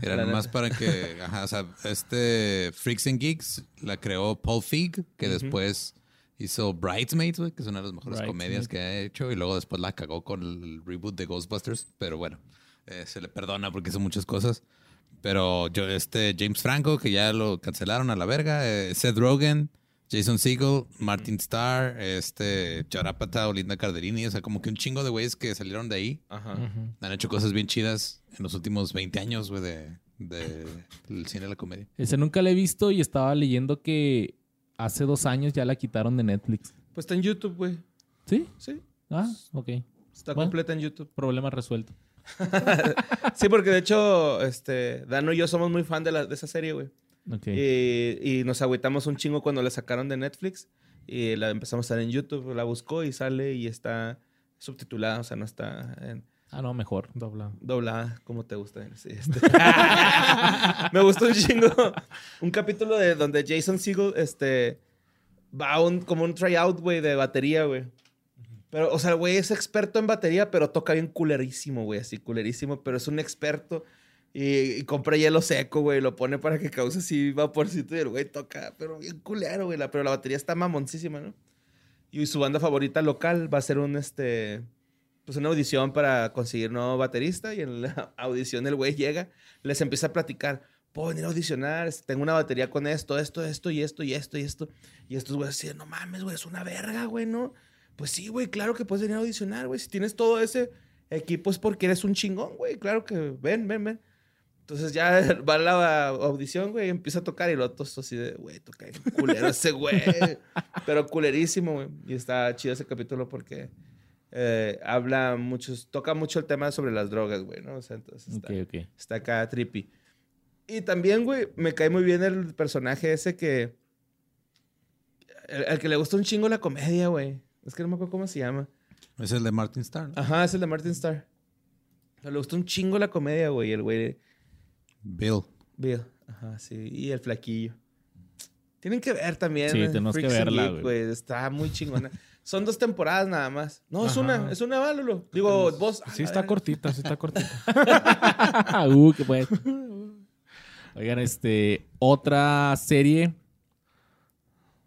C: Era
B: La
C: nomás
B: neta.
C: para que, ajá, o sea, este Freaks and Geeks la creó Paul Feig, que después hizo Bridesmaids, güey, que es una de las mejores comedias
A: Bridesmaids.
C: que ha hecho, y luego después la cagó con el reboot de Ghostbusters, pero bueno, eh, se le perdona porque hizo muchas cosas. Pero yo, este James Franco, que ya lo cancelaron a la verga, eh, Seth Rogen, Jason Segel, Martin Starr, este, Charapata, Olinda Carderini. O sea, como que un chingo de güeyes que salieron de ahí
B: Ajá.
E: Ujú.
C: han hecho cosas bien chidas en los últimos 20 años, güey, de, de- del cine de la comedia.
A: Ese nunca la he visto y estaba leyendo que hace dos años ya la quitaron de Netflix.
B: Pues está en YouTube, güey.
A: ¿Sí?
B: Sí,
A: Ah, ok.
B: está
A: Bueno.
B: completa en YouTube.
E: *laughs*
A: Problema resuelto.
B: Sí, porque de hecho, este, Dano y yo somos muy fan de, la, de esa serie, güey.
A: Ok.
B: Y, y nos agüitamos un chingo cuando la sacaron de Netflix y la empezamos a ver en YouTube. La buscó y sale y está subtitulada, o sea, no está en-
A: Ah, no, mejor.
E: Doblado.
B: doblada como te gusta. sí, este. *laughs* Me gustó un chingo un capítulo de donde Jason Segel este, va a un, como un tryout, güey, de batería, güey. Pero, o sea, el güey es experto en batería, pero toca bien culerísimo, güey, así culerísimo, pero es un experto. Y, y compra hielo seco, güey, lo pone para que cause así vaporcito y el güey toca, pero bien culero, güey. la- Pero la batería está mamoncísima, ¿no? Y su banda favorita local va a ser un, este, pues una audición para conseguir nuevo baterista y en la *laughs* audición el güey llega, les empieza a platicar, puedo venir a audicionar, este, tengo una batería con esto, esto, esto y esto y esto y esto. Y estos güeyes así, de, no mames, güey, es una verga, güey, ¿no? Pues sí, güey, claro que puedes venir a audicionar, güey, si tienes todo ese equipo es porque eres un chingón, güey, claro que ven, ven, ven. Entonces ya *laughs* va a la audición, güey, y empieza a tocar y lo todos así de, güey, toca bien culero ese güey. *laughs* Pero culerísimo, güey. Y está chido ese capítulo porque eh, habla muchos, toca mucho el tema sobre las drogas, güey, ¿no? O sea, entonces está,
A: Ok, ok. *laughs*
B: está acá trippy. Y también, güey, me cae muy bien el personaje ese que. el- Al que le gusta un chingo la comedia, güey. Es que no me acuerdo cómo se llama.
C: Ese Es el de Martin Starr, ¿no?
B: Ajá, es el de Martin Starr. Le gusta un chingo la comedia, güey. El güey.
C: Bill.
B: Bill. Ajá, sí. Y el flaquillo. Tienen que ver también.
A: Sí,
B: eh,
A: tenemos que
B: Freaks and
A: verla,
B: Geek,
A: güey.
B: Está muy chingona. Son dos temporadas nada más. No, es
E: Ajá.
B: una. Es una, válolo. Digo, vos. a
E: Sí
B: la
E: está
B: verga.
E: cortita, sí está *laughs* cortita.
A: uh, qué bueno. Oigan, este, otra serie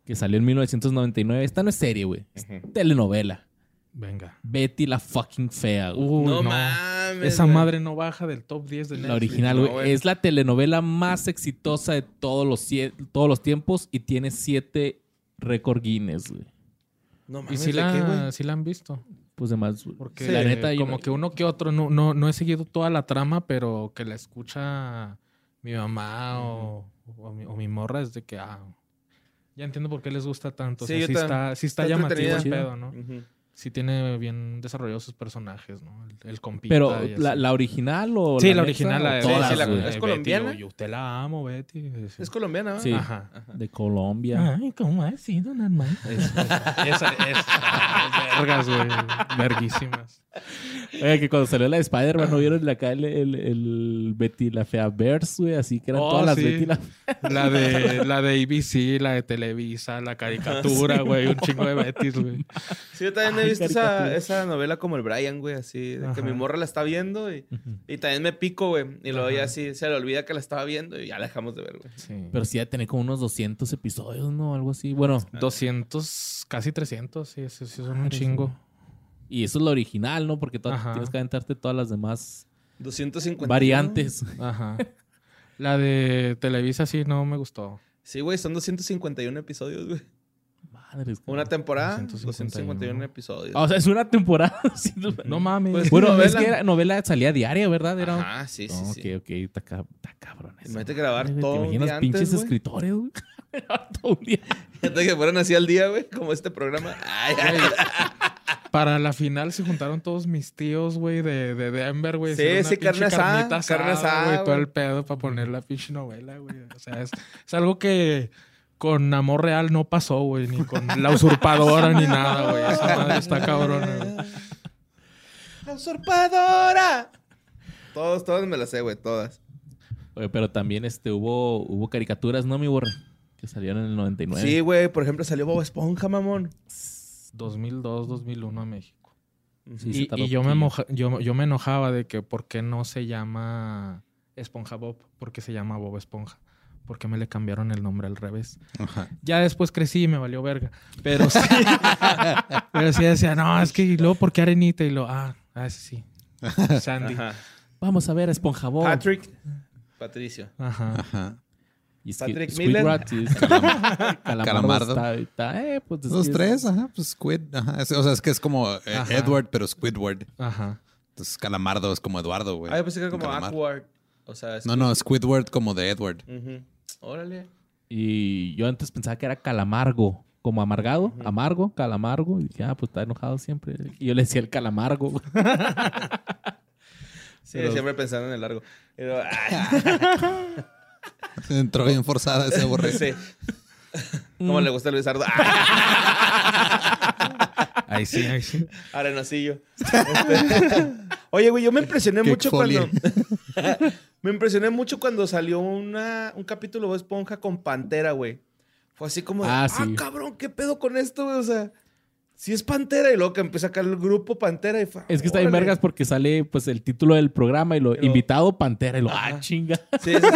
A: que salió en 1999. Esta no es serie, güey. Es telenovela.
E: Venga.
A: Betty la fucking fea. güey.
E: Uy,
B: No,
E: no,
B: mames.
E: Esa
B: güey.
E: madre no baja del top 10 de
A: la
E: Uh, Netflix.
A: original,
B: no,
A: güey.
B: güey.
A: es la telenovela más exitosa de todos los, sie- todos los tiempos y tiene siete récord Guinness, güey.
B: No
E: Y
B: mames.
E: sí
B: ¿de qué, güey?
E: la, sí la han visto.
A: Pues demás, güey.
E: Porque
B: Sí.
A: la neta, yo-
E: como que uno que otro, no, no, no he seguido toda la trama, pero que la escucha mi mamá o, o mi, o mi morra es de que, ah, ya entiendo por qué les gusta tanto. O
B: Sí,
E: sea,
B: yo
E: sí
B: tam-
E: está, sí está,
B: está
E: llamativo el
B: entretenida.
E: pedo, ¿no?
B: Ujú.
E: Sí tiene bien desarrollados sus personajes, ¿no? El, el compita
A: Pero
E: y así.
A: la, la original o
E: sí,
A: nexa
E: la, original,
A: o
E: la de
B: sí,
A: todas,
B: sí, la-
A: güey?
B: es
E: Betty,
B: colombiana.
E: yo usted la amo, Betty. Sí.
B: Es colombiana, ¿no? Ah.
A: Sí. *laughs*
E: Ajá.
A: de Colombia.
E: Ay, ¿cómo ha sido, normal? *laughs* Esa es. Vergas, güey. Verguísimas.
A: Oye, Eh, que cuando salió la de Spider-Man,
E: *laughs*
A: ¿no vieron acá el, el, el Betty la Fea Verse, güey? Así que eran
E: Oh,
A: todas las
E: sí.
A: Betty la *laughs*
E: La de, la de ABC, la de Televisa, la *laughs* caricatura, güey. Un chingo de Betis, güey.
B: Sí, yo también he
A: Ay,
B: visto esa,
A: caricaturas.
B: esa novela como el Brian, güey, así, de que
E: Ajá.
B: mi morra la está viendo y, y también me pico, güey. Y luego ya
E: Ajá.
B: así se le olvida que la estaba viendo y ya la dejamos de ver, güey.
E: Sí.
A: Pero sí, ya tener como unos 200 episodios, ¿no? Algo así. Bueno,
E: 200, casi 300, sí, sí, sí, son un
A: Madres,
E: chingo.
A: güey. y eso es la original, ¿no? Porque todas-
E: Ajá.
A: tienes que aventarte todas las demás
B: 250.
A: variantes.
E: Ajá. La de Televisa, sí, no me gustó.
B: Sí, güey, son 251 episodios, güey.
A: *laughs* Madres.
B: Una
A: cabrón.
B: temporada,
E: 251.
B: 251 episodios.
A: Ah, O sea, es una temporada. *laughs* sí, no-
E: No mames.
B: Pues-
A: bueno,
B: novela.
A: es que era novela salía diaria, ¿verdad? Era...
B: Ajá, sí, sí,
A: No,
B: sí.
A: Ok, ok, está, ca- está cabrón eso.
B: Imagínate grabar
A: Madre,
B: todo
A: ¿Te
B: un
A: imaginas
B: día
A: pinches
B: antes, güey?
A: escritores, güey? *laughs* Grabar todo un día.
B: Fíjate que fueron así al día, güey, como este programa. Ay, ay.
E: Para la final se juntaron todos mis tíos, güey, de, de Denver, güey.
B: Sí,
E: hicieron una
B: sí, carne
E: pinche
B: asada,
E: carnita
B: carne asada,
E: güey. Todo
B: güey.
E: el pedo para poner la pinche novela, güey. O sea, es, es algo que con amor real no pasó, güey. Ni con la usurpadora ni nada, güey. Esa madre está cabrona, güey.
B: ¡La usurpadora! Todos, todas me las sé, güey, todas.
A: Oye, pero también este, hubo, hubo caricaturas, ¿no, mi borre? Que salieron en el 99.
B: Sí, güey, por ejemplo, salió Bob Esponja, mamón.
E: 2002, 2001 a México.
A: Sí, se
E: Y,
A: tardó
E: y yo, me
A: poquillo.
E: moja- yo, yo me enojaba de que por qué no se llama Esponja Bob, porque se llama Bob Esponja. Porque me le cambiaron el nombre al revés.
C: Ajá.
E: Ya después crecí y me valió verga. Pero sí. *laughs* pero sí decía, no, es que y luego, ¿por qué Arenita? Y lo, ah, ah, sí, sí. Sandy. Ajá.
B: Ajá.
A: Oh. Vamos a ver a Esponjabón.
B: Patrick. Patricio.
C: Ajá.
A: Y es
B: Patrick
A: que
B: Miller.
A: Squidward, sí, es
B: *laughs*
A: calam- Calamardo.
C: Calamardo.
A: está- está, eh, pues, es
C: Los
A: que es-
C: tres, ajá, pues Squid, ajá. Es- o sea, es que es como eh,
E: Ajá.
C: Edward, pero Squidward.
E: Ajá.
C: Entonces Calamardo es como Eduardo, güey.
B: Ah, yo pensé que era como
C: Calamar.
B: Awkward. O sea, es-
C: No, no, Squidward como de
B: *laughs*
C: Edward.
B: Ujú. Órale.
A: Y yo antes pensaba que era calamargo, como amargado, amargo, calamargo. Y dije, ah, pues está enojado siempre. Y yo le decía el calamargo. güey. *laughs*
B: Sí,
A: Pero-
B: siempre pensando en el largo.
C: *laughs*
B: Pero, ah,
C: Entró bien forzada ese borré.
B: sí.
A: Mm.
B: ¿Cómo le gusta
C: *laughs*
B: a Luis Ardo? ¡Ah!
E: Ahí sí, ahí sí.
B: Arenacillo. Este, *laughs* Oye, güey, yo me impresioné
C: Qué
B: mucho
C: exfolie.
B: cuando.
C: *laughs*
B: *laughs* me impresioné mucho cuando salió una, un capítulo de Bob Esponja con Pantera, güey. Fue así como de, ah,
A: Ah, sí.
B: cabrón, ¿qué pedo con esto, güey? O sea, si es Pantera y luego que empieza acá el grupo Pantera y fue,
A: Es que está en
B: órale.
A: vergas porque sale pues el título del programa y lo
B: Pero-
A: invitado Pantera y lo ah,
B: Ajá.
A: chinga.
B: Sí, sí, sí.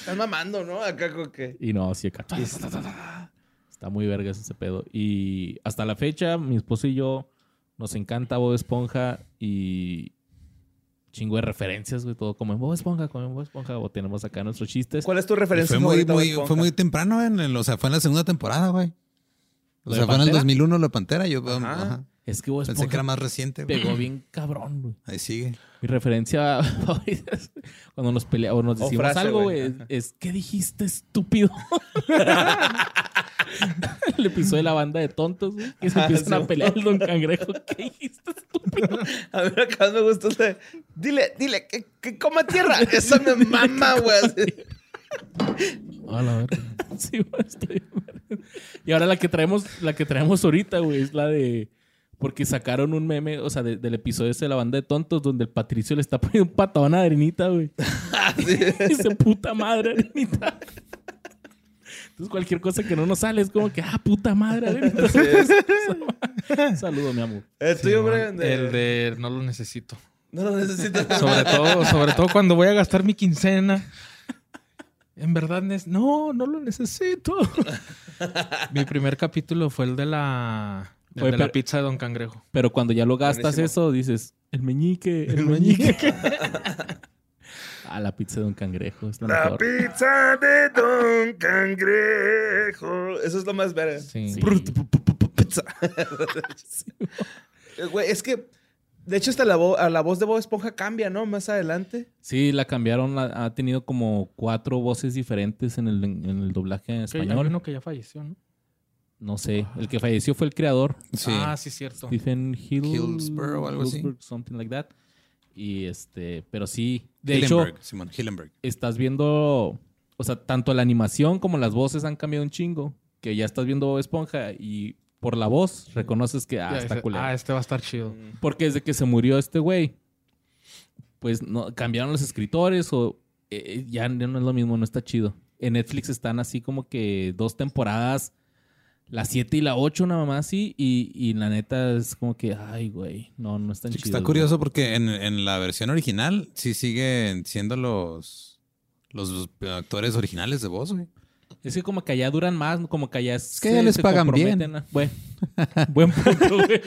B: Están mamando, ¿no? Acá con que.
A: Y no, sí, acá. Está muy vergas ese pedo. Y hasta la fecha, mi esposo y yo nos encanta Bob Esponja y chingo de referencias, güey. Todo como en Bob Esponja, como en Bob Esponja. O tenemos acá nuestros chistes.
B: ¿Cuál es tu
C: Y
B: referencia
C: Fue muy,
B: favorita, Bob
C: muy,
B: Esponja?
C: fue muy temprano, en el- o sea, fue en la segunda temporada, güey.
A: ¿Lo
C: O
A: de
C: sea, fue en el
A: Pantera?
C: 2001 la Pantera. Pues Yo
B: Ajá.
C: ajá.
A: Es que Bob
C: pensé que
A: Esponja
C: era más reciente, güey.
A: pegó bien cabrón, güey.
C: Ahí sigue.
A: Mi referencia *laughs* favorita es cuando nos peleamos, nos
B: O
A: decimos
B: frase,
A: algo,
B: güey.
A: güey. Es, es, ¿qué dijiste, estúpido? *laughs* el episodio de la banda de tontos, güey. Que se
B: Ah,
A: empiezan
B: sí.
A: a pelear el don cangrejo. ¿Qué dijiste, estúpido?
B: *laughs* A mí lo que más me gustó es la de, Dile, dile, que, que coma *laughs* tierra. Esa me mama, güey. así.
A: A la verga. *laughs* Sí, güey, está bien verga. Y ahora la que traemos, la que traemos ahorita, güey, es la de. Porque sacaron un meme, o sea, de- del episodio ese de la banda de tontos, donde el Patricio le está poniendo un patadón a Arenita, güey. *laughs*
B: *laughs*
A: Dice puta madre, Arenita. Entonces, cualquier cosa que no nos sale es como que, ah, puta madre, Arenita. *laughs* Saludo, mi amor.
B: El tuyo, Brian. de-
E: El de no lo necesito.
B: No lo necesito.
E: *laughs* Sobre todo, sobre todo cuando voy a gastar mi quincena. En verdad, nes- no, no lo necesito. mi primer capítulo fue el de la, el
A: Oye,
E: de
A: pero-
E: la pizza de Don Cangrejo.
A: Pero cuando ya lo gastas
B: Buenísimo.
A: eso, dices, el meñique, el,
E: El
A: meñique.
E: meñique.
A: *laughs* ah, la pizza de un cangrejo. Es la
B: La
A: mejor.
B: pizza de Don Cangrejo. Eso es lo más verga.
E: Sí.
A: Sí.
B: Brut, pu- pu- pu- pu- Pizza. *laughs* Eh, Güey, es que. De hecho, hasta la, vo- a la voz de Bob Esponja cambia, ¿no? Más adelante.
A: Sí, la cambiaron. Ha ha tenido como cuatro voces diferentes en el, en el doblaje en
E: Que hay
A: español.
E: uno que ya falleció, ¿no?
A: No sé. El que falleció fue el creador,
C: Sí.
E: Ah, sí, cierto.
A: Stephen Hill...
C: Hillsborough o algo así.
A: Hillsborough, something like that. Y este, pero sí. De
C: Hillenberg,
A: hecho,
C: Simón, Hillenberg.
A: estás viendo, o sea, tanto la animación como las voces han cambiado un chingo. Que ya estás viendo Bob Esponja y por la voz reconoces que, ah,
E: Ya
A: está
E: dice,
A: culero.
E: ah, este va a estar chido.
A: Porque desde que se murió este güey, pues no, cambiaron los escritores o eh, eh, ya no es lo mismo, no está chido. En Netflix están así como que dos temporadas, la 7 y la 8, una mamá así, y, y la neta es como que, ay, güey, no, no están
C: Sí, que
A: chidos.
C: está
A: güey.
C: curioso porque en, en la versión original sí siguen siendo los, los eh, actores originales de voz, güey.
A: Es que como que allá duran más, como que allá es
C: que ya les pagan bien.
A: Bueno, *laughs* buen
C: *laughs*
A: punto, güey.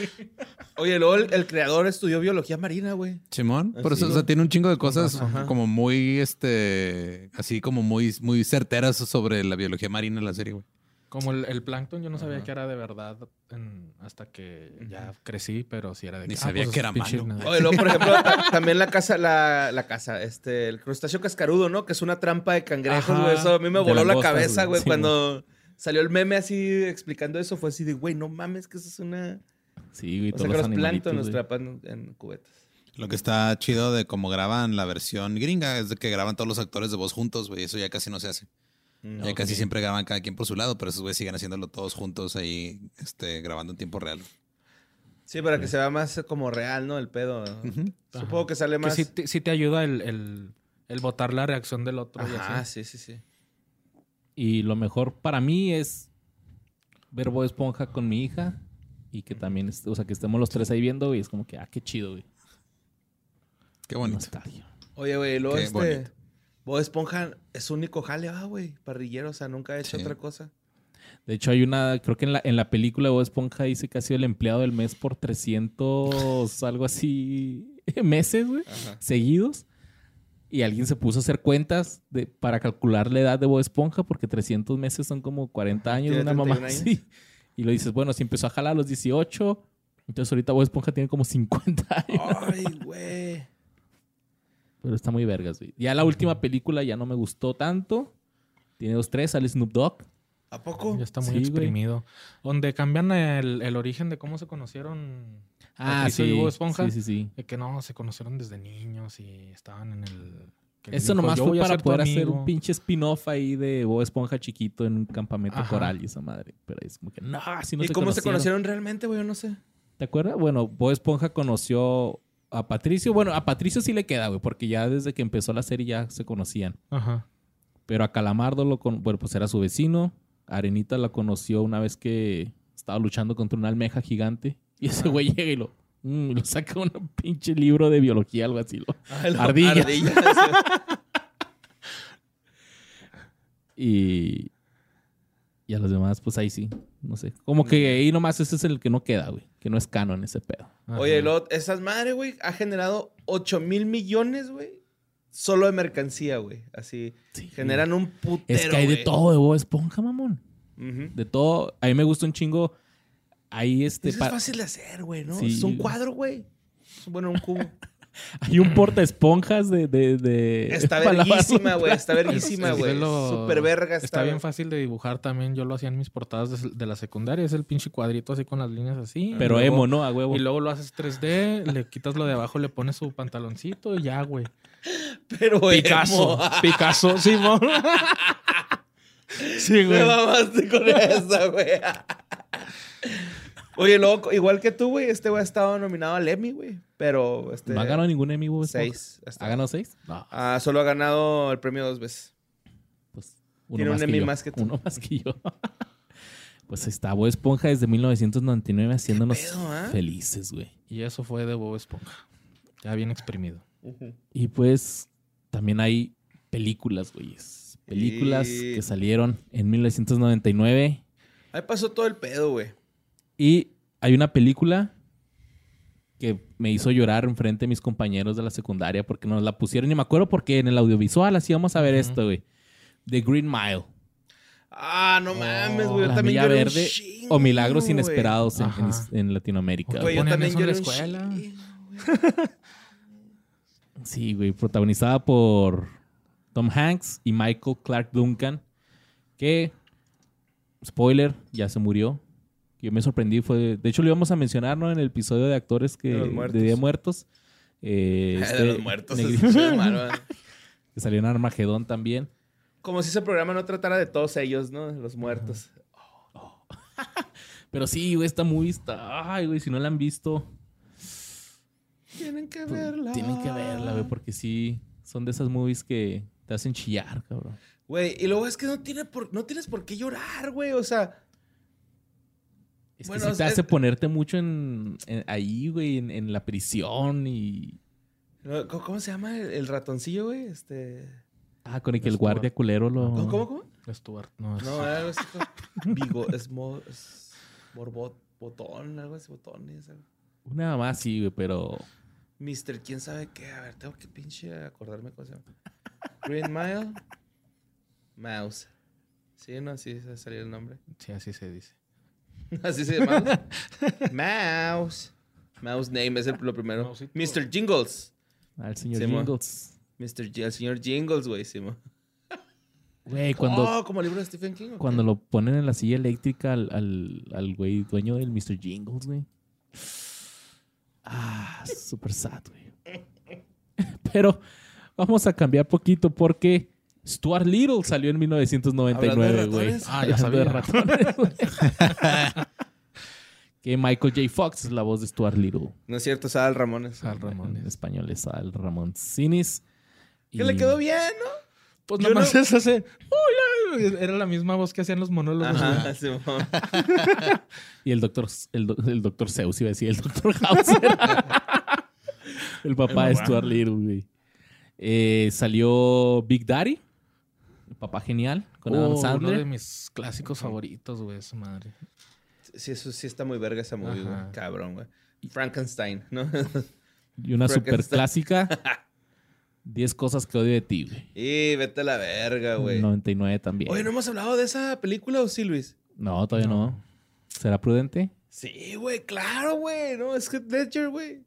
B: Oye, luego el, el creador estudió biología marina, güey.
C: Simón, por
B: Así
C: eso, o
B: es.
C: sea, tiene un chingo de cosas
B: Ah, Ajá.
C: como muy, este, así como muy, muy certeras sobre la biología marina en la serie, güey.
E: Como el, el plancton, yo no sabía
B: Ajá.
E: que era de verdad en- hasta que ya crecí, pero sí era de
C: Ni sabía
E: pues,
C: que era
E: pinche
C: malo.
E: nada.
B: Oye, luego, por ejemplo, ta- también la casa, la, la casa, este, el crustáceo cascarudo, ¿no? Que es una trampa de cangrejos,
A: Ajá.
B: güey. Eso a mí me
A: De
B: voló la
A: langostas,
B: cabeza,
A: güey.
B: güey.
A: Sí,
B: cuando salió el meme así explicando eso, fue así de, güey, no mames, que eso es una.
A: Sí, güey,
B: O sea,
A: todos
B: que
A: los
B: los
A: animalitos,
B: plancton
A: güey.
B: los trapan en cubetas.
C: Lo que está chido de cómo graban la versión gringa es de que graban todos los actores de voz juntos, güey. Eso ya casi no se hace.
B: Mm.
C: Ya casi siempre graban cada quien por su lado, pero esos güeyes siguen haciéndolo todos juntos ahí, este, grabando en tiempo real.
B: Sí, para que se vea más como real, ¿no? El pedo. ¿no?
C: Ujú.
B: Supongo que sale
E: Que
B: más.
E: sí, te- sí te ayuda el, el, el botar la reacción del otro. y
B: Ajá,
E: así.
B: sí, sí, sí.
A: Y lo mejor para mí es ver Bob Esponja con mi hija y que también, est- o sea, que estemos los tres ahí viendo y es como que, ah, qué chido, güey.
C: Qué bonito.
A: Nostalgia.
B: Oye, güey, luego
C: Qué
B: este.
C: bonito.
B: Bob Esponja es su único jale, ah, güey. Parrillero, o sea, nunca ha hecho
C: Sí.
B: otra cosa.
A: De hecho, hay una, creo que en la, en la película de Bob Esponja dice que ha sido el empleado del mes por 300, algo así, meses, güey,
B: Ajá.
A: seguidos. Y alguien se puso a hacer cuentas de, para calcular la edad de Bob Esponja, porque 300 meses son como 40 años de
B: ¿Tiene
A: una mamá
B: 31 años?
A: así. Y lo dices, bueno, si empezó a jalar a los 18, entonces ahorita Bob Esponja tiene como 50 años.
B: Ay, güey.
A: Pero está muy vergas, güey. Ya la última película ya no me gustó tanto. Tiene dos, tres, sale Snoop Dogg.
B: ¿A poco?
E: Ya está muy
A: Sí, güey.
E: exprimido. Donde cambian el, el origen de cómo se conocieron.
A: Ah,
E: Patricio y
A: sí.
E: Bob Esponja.
A: Sí, sí, sí.
E: De que no, se conocieron desde niños y estaban en el. que le
A: Eso
E: dijo,
A: nomás
E: Pues "Yo
A: fue
E: voy a
A: para
E: ser tu
A: poder hacer
E: amigo".
A: un pinche spin-off ahí de Bob Esponja chiquito en un campamento
E: Ajá.
A: coral y esa madre. Pero es como que, no, así no
B: ¿Y
A: se
B: cómo se conocieron realmente, güey? Yo no sé.
A: ¿Te acuerdas? Bueno, Bob Esponja conoció a Patricio. Bueno, a Patricio sí le queda, güey, porque ya desde que empezó la serie ya se conocían.
E: Ajá.
A: Pero a Calamardo, lo con... bueno, pues era su vecino. Arenita la conoció una vez que estaba luchando contra una almeja gigante. Y ese güey llega y lo, mm, lo saca un pinche libro de biología, algo así. lo-
B: Ah,
A: Ardilla.
B: Ardilla.
A: Y... y a los demás, pues ahí sí. No sé.
B: Mm.
A: Como que ahí nomás ese es el que no queda, güey. Que no es canon ese pedo.
E: ajá.
B: Oye, lo, esas madres, güey, ha generado 8 mil millones, güey. Solo de mercancía, güey. Así.
A: Sí.
B: Generan un putero,
A: Es que hay de
B: güey.
A: todo de Bob Esponja, mamón.
B: Ujú.
A: De todo. A mí me gusta un chingo. Ahí este.
B: Eso
A: pa-
B: es fácil de hacer, güey, ¿no?
A: Sí.
B: Es un cuadro, güey. Es, Bueno, un cubo.
A: Hay un porta esponjas de. de, de- *laughs*
B: Está
A: para lavar
B: verguísima,
A: los
B: güey. Está
E: Es-
B: verguísima,
E: es de
B: güey.
E: lo-
B: Súper verga.
E: Está, bien fácil de dibujar también. Yo lo hacía en mis portadas de, de la secundaria. Es el pinche cuadrito así con las líneas así.
A: Ah, Pero
E: Y luego-
A: emo, ¿no? A huevo.
E: Y luego lo haces 3D, le quitas lo de abajo, le pones su pantaloncito y ya, güey.
B: Pero, *laughs* güey.
E: Picasso. Picasso, *laughs* Simón.
B: *laughs*
E: sí,
B: Me
E: güey.
B: mamaste con esa, güey. Oye, loco, igual que tú, güey, este güey ha estado nominado al Emmy, güey. Pero este.
A: No ha ganado ningún Emmy, Bob Esponja.
B: seis. hasta-
A: ¿Ha ganado seis? No.
B: Ah, solo ha ganado el premio dos veces.
A: Pues, uno
B: Tiene un
A: que
B: Emmy
A: yo.
B: más que tú.
A: Uno más que yo. *laughs* pues ahí está Bob Esponja desde 1999 haciéndonos
B: pedo, ah?
A: felices, güey.
E: Y eso fue de Bob Esponja. Ya bien exprimido.
A: Y pues también hay películas, güeyes. Películas
B: Y-
A: que salieron en 1999.
B: Ahí pasó todo el pedo, güey.
A: Y hay una película que me hizo llorar enfrente de mis compañeros de la secundaria porque nos la pusieron y me acuerdo porque en el audiovisual así vamos a ver
E: Ujú.
A: esto, güey. The Green Mile.
B: Ah, no mames, güey. Yo
A: La
B: también
A: Milla
B: lloré un
A: Verde
B: chingo,
A: o Milagros
B: güey.
A: Inesperados en, en-
E: Ajá.
A: en Latinoamérica.
E: Ok,
B: Güey,
A: güey.
B: yo también
E: Ponían eso en la
B: lloré un
E: escuela.
B: chingo, güey.
A: Sí, güey, protagonizada por Tom Hanks y Michael Clark Duncan, que, spoiler, ya se murió. Yo me sorprendí, fue, de hecho lo íbamos a mencionar, ¿no? En el episodio de actores que,
B: De los
A: de,
B: muertos.
A: Día de Muertos. Eh,
B: *laughs* De
A: este
B: los muertos.
A: negri- *laughs*
B: es muy malo, güey.
A: que salió en Armagedón también.
B: Como si ese programa no tratara de todos ellos, ¿no? De los muertos.
A: Pero sí, güey, está muy... Está, ay, güey, si no la han visto,
B: Tienen que
A: pues,
B: verla.
A: tienen que verla, güey, porque sí, son de esas movies que te hacen chillar, cabrón.
B: Güey, y luego es que no, tiene por, no tienes por qué llorar, güey. O sea,
A: Es
B: Bueno,
A: que sí
B: o
A: te
B: sea,
A: hace
B: es-
A: ponerte mucho en, en- ahí, güey, en, en la prisión y...
B: no, ¿cómo, cómo se llama el, el ratoncillo, güey? Este.
A: Ah, con el que el
E: Estuvo-
A: guardia culero lo...
B: ¿Cómo, cómo, cómo?
E: Stuart, no. es-
B: No, algo así. como- Vigo, es, mo, es morbot, botón, algo así, botones. algo.
A: Una más sí, güey, pero...
B: Mister, quién sabe qué. A ver, tengo que pinche acordarme cómo se llama. Green Mile. Mouse. Sí, no, así se salió el nombre. *laughs*
E: Sí, así se dice.
B: Así se llama. Mouse. Mouse name es el- lo primero.
E: Mousito.
B: Mr. Jingles.
A: Al señor
B: Sí, mo.
A: Jingles.
B: Mr. Ji- el señor Jingles, güey, sí, mo.
A: Güey, cuando,
B: Oh, como libro de Stephen King. ¿o qué?
A: cuando lo ponen en la silla eléctrica al, al, al güey dueño del Mr. Jingles, güey. Ah, super sad, güey. *laughs* Pero vamos a cambiar poquito porque Stuart Little salió en 1999,
B: Hablando de
A: güey.
B: ratones.
E: Ah, ya
A: Hablando de
E: sabía.
A: ratones,
E: *laughs*
A: güey. que Michael J. Fox es la voz de Stuart Little.
B: No es cierto, Sal Ramones.
E: Sal
A: En
E: Ramones.
A: español es Al Ramón Sinis.
B: Que le quedó bien, ¿no?
E: Pues
B: Yo
E: nomás
B: no-
E: *laughs* es hace. "Hola". Era la misma voz que hacían los monólogos.
B: Ajá, sí, mo.
A: Y el doctor, el, do- el doctor Zeus, iba a decir, el doctor Hauser. el papá de Stuart Little, güey. Eh, salió Big Daddy, el papá genial, con Adam
E: Oh,
A: Sandler.
E: Uno de mis clásicos favoritos, güey, su madre.
B: Sí, eso sí está muy verga esa movie, güey.
E: Ajá.
B: Cabrón, güey. Frankenstein, ¿no? *laughs*
A: Y una super
B: Frankenstein.
A: clásica 10 cosas que odio de ti, güey.
B: Y vete a la verga, Ah, güey.
A: 99 también.
B: Oye, ¿no hemos hablado de esa película o sí, Luis?
A: No, todavía no. ¿Será prudente?
B: Sí, güey, claro, güey. No, es Head Ledger, güey.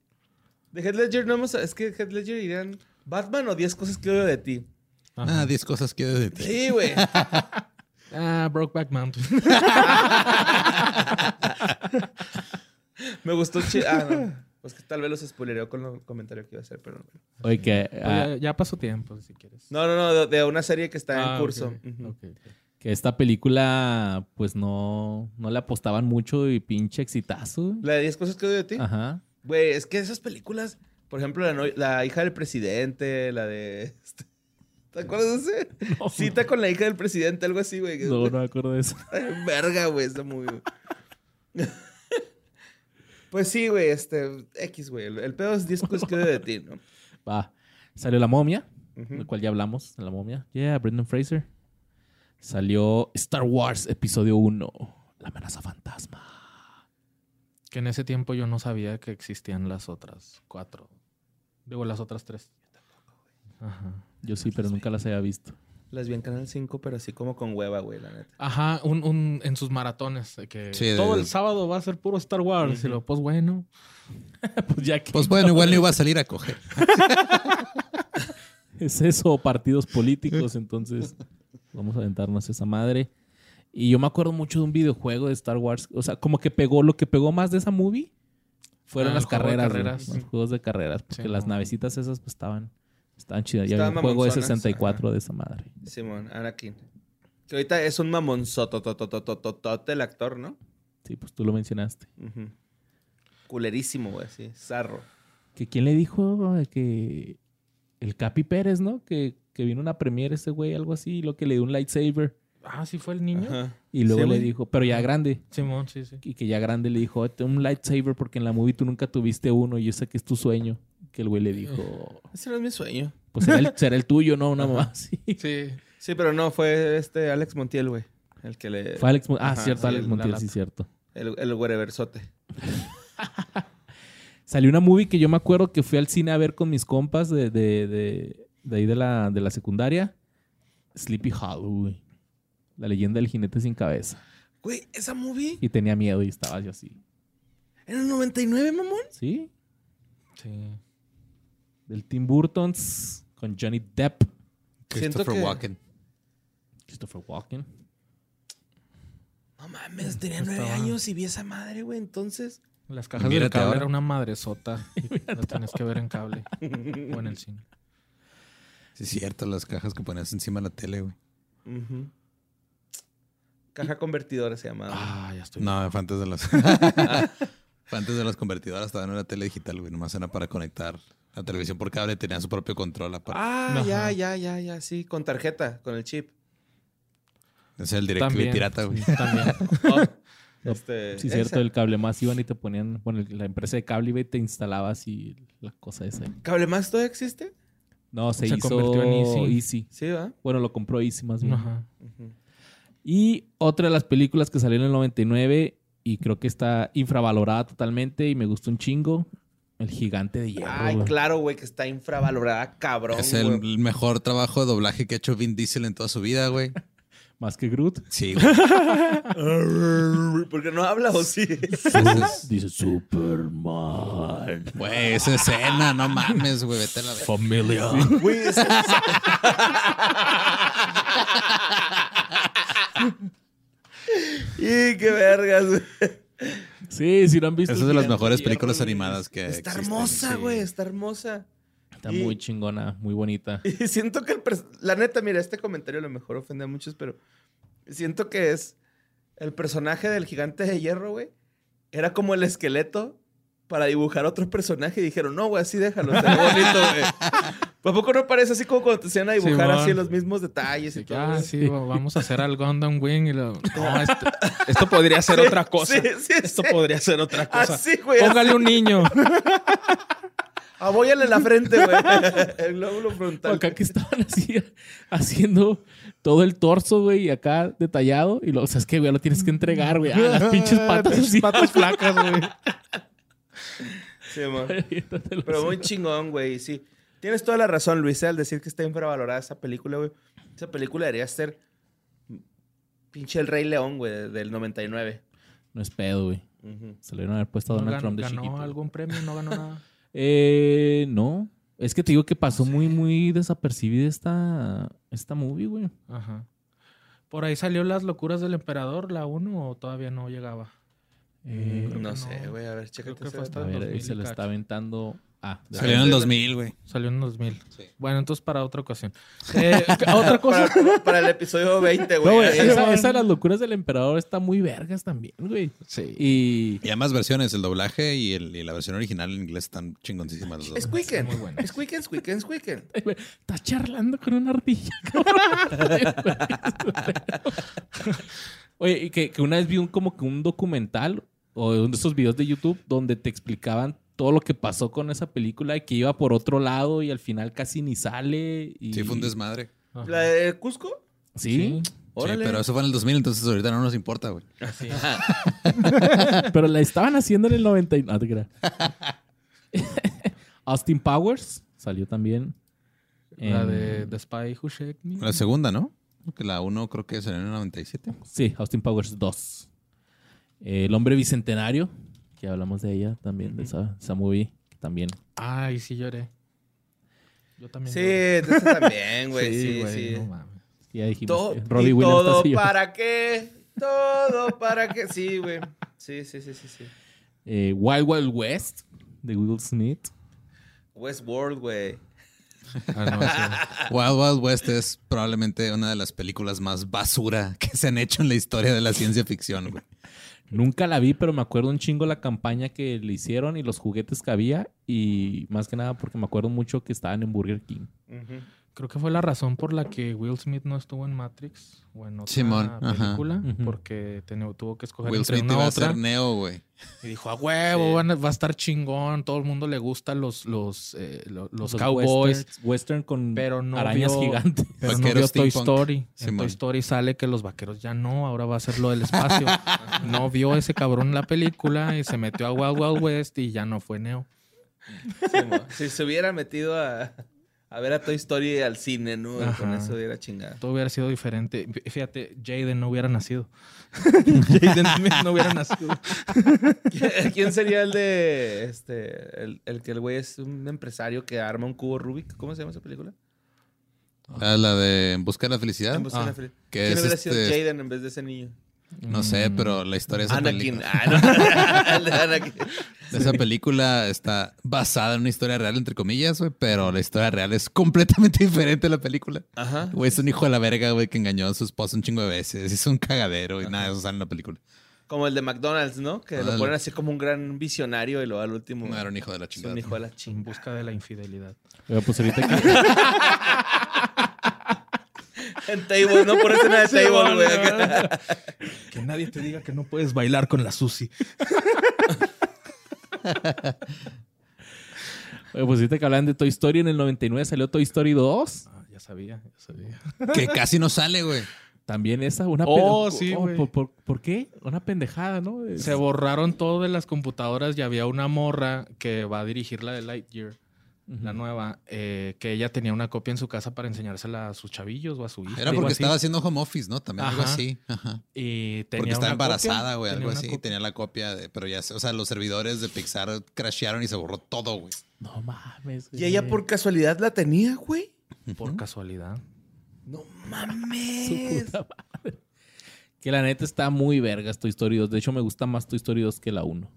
B: De Head Ledger no hemos... Es que Head Ledger irían... Batman o 10 cosas que odio de ti.
C: Ah, 10 cosas que odio de ti.
B: Sí, güey.
E: Ah, Brokeback Mountain.
B: *laughs*
E: *laughs*
B: Me gustó... Chi ah, no. Pues que tal vez los spoileré con el comentario que iba a hacer, pero... bueno.
A: Oye, que, ah,
E: ya, ya pasó tiempo, si quieres.
B: No, no, no. De, de una serie que está
E: Ah,
B: en curso.
E: ok,
B: Ujú.
E: ok, ok.
A: que esta película, pues no, no le apostaban mucho y pinche exitazo. güey.
B: La de 10 cosas que odio de ti.
A: Ajá.
B: Güey, es que esas películas... Por ejemplo, la, no- la hija del presidente, la de... *laughs* este- ¿Te acuerdas de ese? Cita con la hija del presidente, algo así, güey.
A: No, no me acuerdo de eso.
B: Ay, *laughs* Verga, güey, esta movie. güey. *laughs* pues sí, güey, este, X, güey. El, el pedo es discos que odio de ti, ¿no?
A: Va. Salió La Momia,
B: *laughs* Ujú.
A: del cual ya hablamos, de La Momia. Yeah, Brendan Fraser. Salió Star Wars Episodio 1, La amenaza fantasma.
E: Que en ese tiempo yo no sabía que existían las otras cuatro. Digo, las otras tres. Ajá.
A: Yo sí, pero nunca las había visto. *laughs*
B: Las vi en Canal 5, pero así como con hueva, güey, la neta.
E: Ajá, un, un- en sus maratones. de que
C: Sí, de-
E: todo
C: de-
E: el sábado va a ser puro Star Wars. Y lo, pues bueno.
A: Pues ya que
C: Pues bueno, igual no iba a salir a coger.
A: *laughs* es eso, partidos políticos, entonces vamos a aventarnos esa madre. Y yo me acuerdo mucho de un videojuego de Star Wars, o sea, como que pegó, lo que pegó más de esa movie fueron
E: Ah,
A: las
E: el juego de
A: carreras,
E: carreras.
A: güey, los juegos de carreras, porque
E: Sí,
A: las
E: no.
A: navecitas esas pues, estaban, estaban chidas. Ya había
B: Estaban
A: un juego de
B: mamonzonas,
A: 64 de esa madre.
B: Simón, Anakin. Que ahorita es un mamonzototototototote el actor, ¿no?
A: Sí, pues tú lo mencionaste.
B: Ujú. Culerísimo, güey, sí. Zarro.
A: ¿Que ¿Quién le dijo eh, que el Capi Pérez, no? Que, que vino a una premiere ese güey, algo así, y lo que le dio un lightsaber.
E: Ah, sí fue el niño.
B: Ajá.
A: Y luego
B: Sí,
A: le
B: güey.
A: dijo, pero ya grande.
E: Simón, sí, sí.
A: y que ya grande le dijo, "Te- un lightsaber porque en la movie tú nunca tuviste uno y yo sé que es tu sueño. Que el güey le
B: *laughs*
A: dijo,
B: Ese no es mi sueño.
A: pues será el, será el tuyo, ¿no? Una mamá así.
E: Sí.
B: Sí, pero no, fue este Alex Montiel, güey. El que le.
A: Fue Alex Mon- Ah,
B: Ajá,
A: cierto,
B: sí,
A: Alex
B: el-
A: Montiel,
E: la
A: sí,
E: lata.
A: cierto.
B: El, el güereversote.
A: Salió una movie que yo me acuerdo que fui al cine a ver con mis compas de, de, de, de ahí de la, de la secundaria. Sleepy Hollow, güey. La leyenda del jinete sin cabeza.
B: Güey, esa movie.
A: Y tenía miedo y estaba yo así.
B: En el 99, mamón.
A: ¿Sí?
E: Sí.
A: Del Tim Burton's con Johnny Depp.
B: Siento
C: Christopher
B: que-
C: Walken.
A: Christopher Walken.
B: No mames, tenía nueve
E: Estaba-
B: años y vi esa madre, güey. Entonces.
E: Las cajas del
C: Mírate
E: cable
C: ahora.
E: era una madresota. Las tenías que ver
B: *laughs*
E: en cable o en el cine.
C: Sí, es cierto, las cajas que ponías encima de la tele, güey.
B: Ujú. Caja convertidora se llamaba.
E: Ah, ya estoy.
C: No, fue antes de las. fue antes de las convertidoras, todavía no era tele digital, güey. Nomás era para conectar la televisión por cable, tenía su propio control aparte.
B: Ah,
E: Ajá.
B: ya, ya, ya, ya, sí, con tarjeta, con el *laughs* chip.
C: Ese es el directo
E: También.
C: pirata, güey.
E: sí, también.
A: No,
B: Oh, Este,
A: Sí,
E: *laughs*
B: esa.
A: cierto, el cable más iban y te ponían, bueno, el- la empresa de cable iba y te instalaba así la cosa esa.
B: ¿Cable más todavía existe?
A: No, se,
E: Se
A: hizo
E: convirtió en Easy.
A: Easy.
B: Sí, ¿va?
A: Bueno, lo compró Easy más bien.
E: Ajá.
B: Ujú.
A: Y otra de las películas que salió en el 99 y creo que está infravalorada totalmente y me gustó un chingo, El Gigante de Hierro.
B: Ay,
A: güey.
B: claro, güey, que está infravalorada, cabrón.
C: Es el
B: güey.
C: mejor trabajo de doblaje que ha hecho Vin Diesel en toda su vida, güey.
A: Más que Groot.
C: Sí, güey.
B: Porque no habla o *laughs* sí.
A: Dice Superman.
C: Güey, esa escena, no mames, güey. Vete a la verga.
A: Familia.
B: Güey, es- *laughs* y qué vergas, güey.
A: Sí, si no han visto.
C: Esa es
A: El
C: de las
A: Gigante
C: mejores
A: de
C: películas
A: Hierro, güey.
C: animadas que.
B: Está
C: existen,
B: hermosa,
C: sí.
B: güey, está hermosa.
A: Está
B: Y-
A: muy chingona, muy bonita.
B: *laughs* Y siento que el pers- la neta, mira, este comentario a lo mejor ofende a muchos, pero siento que es el personaje del gigante de hierro, güey. Era como el esqueleto para dibujar otro personaje y dijeron, no, güey, así déjalo, está bonito,
E: *laughs*
B: güey. ¿A poco no parece así como cuando te enseñan a dibujar
E: Simón.
B: así los mismos detalles y
E: Sí,
B: todo?
E: ah,
B: güey?
E: sí, va- vamos a hacer al Gundam Wing.
B: *laughs*
E: Y lo- no, esto, *laughs* esto podría ser otra cosa.
B: Sí, sí,
E: Esto
B: sí.
E: podría ser otra cosa.
B: Así, güey.
E: Póngale un
B: *laughs*
E: niño.
B: Abóyale la frente, güey. *laughs* El glóbulo frontal.
A: Acá que estaban *laughs* así haciendo todo el torso, güey, y acá detallado. Y luego, o sea, es que, güey, lo tienes que entregar, güey. Ah, las
E: *laughs*
A: pinches patas así. *laughs*
E: Patas flacas, güey.
B: Sí, amor.
A: Aviéntatelo
B: Pero
A: así.
B: muy chingón, güey, sí. Tienes toda la razón, Luis, al decir que está infravalorada esa película, güey. Esa película debería ser pinche El Rey León, güey, de- del 99.
A: No es pedo, güey.
B: Ujú.
A: Se le dieron haber puesto a
E: No
A: Donald
E: ganó,
A: Trump de
E: ganó
A: chiquito. güey.
E: algún premio, no
B: *laughs*
E: ganó nada.
A: Eh, no. Es que te digo que pasó muy, muy desapercibida esta, esta movie, güey.
E: Ajá. Por ahí salió Las locuras del emperador, la 1 o todavía no llegaba.
A: Eh,
E: Creo que
B: No
E: no.
B: sé, güey, a ver, chécate.
E: que
B: esa-
E: fue hasta-
A: a ver, ahí
E: 2000
A: se
E: y
A: la está
E: cacho.
A: aventando. Ah, de-
C: Salió en el 2000, güey.
E: Salió en 2000.
C: Sí.
E: Bueno, entonces para
B: *laughs*
E: otra ocasión. Eh, otra *laughs* cosa.
B: Para, para el episodio 20,
A: No,
B: güey.
A: güey,
B: Ahí
A: *laughs* esa, esa de las locuras del emperador está muy vergas también, güey.
E: Sí.
A: Y
C: Y ambas versiones, el doblaje y, el, y la versión original en inglés están chingoncísimas los
B: Es
C: dos.
B: Weekend.
E: Muy bueno.
B: Es Weekend, es Weekend, es Weekend.
A: ay, güey, está charlando con una ardilla, *laughs* cabrón. Oye, y que, que una vez vi un, como que un documental o de uno de esos videos de YouTube donde te explicaban todo lo que pasó con esa película y que iba por otro lado y al final casi ni sale. Y...
C: Sí, fue un desmadre.
E: Ajá.
B: ¿La de Cusco?
A: Sí,
C: Sí,
B: Órale.
C: pero eso fue en el 2000, entonces ahorita no nos importa, güey.
A: Ah, pero la estaban haciendo en el 99. Ah, te
C: *laughs*
A: creas. *laughs* Austin Powers salió también.
E: La
A: en-
E: de The Spy Who Shagged Me.
C: La segunda, ¿no? Porque la uno creo que salió en el 97.
A: Sí, Austin Powers 2. Eh, el hombre bicentenario, que hablamos de ella también, de esa, esa movie, que también.
E: Ay, sí lloré. Yo también.
B: Sí,
E: lloré.
B: de esa también, güey. Sí,
E: güey,
B: sí.
E: no mames.
A: Ya dijimos.
B: To-
A: que
B: y
A: Robbie Williams
B: todo
A: está así.
B: para qué. Todo para qué. Sí, güey. Sí, sí, sí, sí, sí.
A: Eh, Wild Wild West, de Will Smith.
B: Westworld, güey.
E: Ah, no, sí.
C: Wild Wild West es probablemente una de las películas más basura que se han hecho en la historia de la ciencia ficción, güey.
A: Nunca la vi, pero me acuerdo un chingo la campaña que le hicieron y los juguetes que había. Y más que nada porque me acuerdo mucho que estaban en Burger King.
B: Ujú.
E: Creo que fue la razón por la que Will Smith no estuvo en Matrix o en otra
C: Simón, ajá.
E: película.
A: Ujú.
E: Porque tenía- tuvo que escoger
C: Will
E: entre
C: Smith
E: una
C: iba
E: u
C: a
E: otra.
C: ser Neo, güey.
E: Y dijo, a huevo, van a- va a estar chingón. Todo el mundo le gusta los, los, eh, lo- los, cowboys.
A: Western, western con
E: pero no
A: arañas
E: vio-
A: gigantes.
E: Pero no
C: Vaqueros
E: vio Toy
C: steampunk.
E: Story. En
C: Simón.
E: Toy Story sale que los vaqueros ya no, ahora va a ser lo
C: *laughs*
E: del espacio. no vio ese cabrón la película y se metió a Wild Wild West y ya no fue Neo.
B: Sí, mo. si se hubiera metido a, a ver a Toy Story al cine, ¿no?
E: Ajá.
B: Con eso hubiera chingado. *laughs*
E: Todo hubiera sido diferente. Fíjate, Jaden no hubiera nacido. *laughs* Jaden Smith no hubiera nacido.
B: ¿Quién sería el de este el, el que el güey es un empresario que arma un cubo Rubik? ¿Cómo se llama esa película?
C: Ah, La de En busca de la felicidad.
B: En busca de
E: Ah,
B: la felicidad.
C: que
B: ¿Quién
C: es
B: hubiera sido
C: este-
B: Jaden en vez de ese niño?
C: No sé, pero la historia de esa
B: Anakin.
C: película-
B: Ah, no. *laughs* El de Anakin.
C: de esa película está basada en una historia real, entre comillas, güey, pero la historia real es completamente *laughs* diferente a la película.
B: Ajá.
C: *laughs* Güey, es un hijo de la verga, güey, que engañó a su esposa un chingo de veces. Es un cagadero y nada, eso sale en la película.
B: Como el de McDonald's, ¿no? Que lo
C: Ándale.
B: ponen así como un gran visionario y luego al último
C: No era un hijo de la
B: es
C: chingada.
B: un hijo de la
E: En
B: chingada.
E: busca de la infidelidad.
A: Pero pues ahorita que-
B: *laughs* En Table, no por
E: *laughs*
B: escena de Table, güey. acá.
E: Que nadie te diga que no puedes bailar con la Susi.
A: Oye, pues ahorita que hablan de Toy Story, en el 99 salió Toy Story 2.
E: Ah, ya sabía, ya sabía.
C: Que casi no sale, güey.
A: También esa, una
E: Oh,
A: pe-
E: sí, güey.
A: por, por- ¿por qué? Una pendejada, ¿no? Es-
E: Se borraron todo de las computadoras y había una morra que va a dirigir la de Lightyear.
A: Ujú.
E: la nueva, eh, que ella tenía una copia en su casa para enseñársela a sus chavillos o a su hijo.
C: Ah, Era
E: algo
C: porque
E: así.
C: estaba haciendo home office, ¿no? También algo
E: Ajá.
C: así. Ajá.
E: Y tenía
C: Porque estaba
E: una copia,
C: embarazada, güey,
E: tenía
C: algo
E: una
C: así.
E: copia.
C: Tenía la copia de. Pero ya, se- o sea, los servidores de Pixar crashearon y se borró todo, güey.
A: No mames.
B: Y ella por casualidad la tenía, güey.
E: Por casualidad.
B: No
A: güey.
B: mames.
A: Su puta madre. Que la neta está muy vergas Toy Story 2. De hecho, me gusta más Toy Story 2 que la 1.
C: A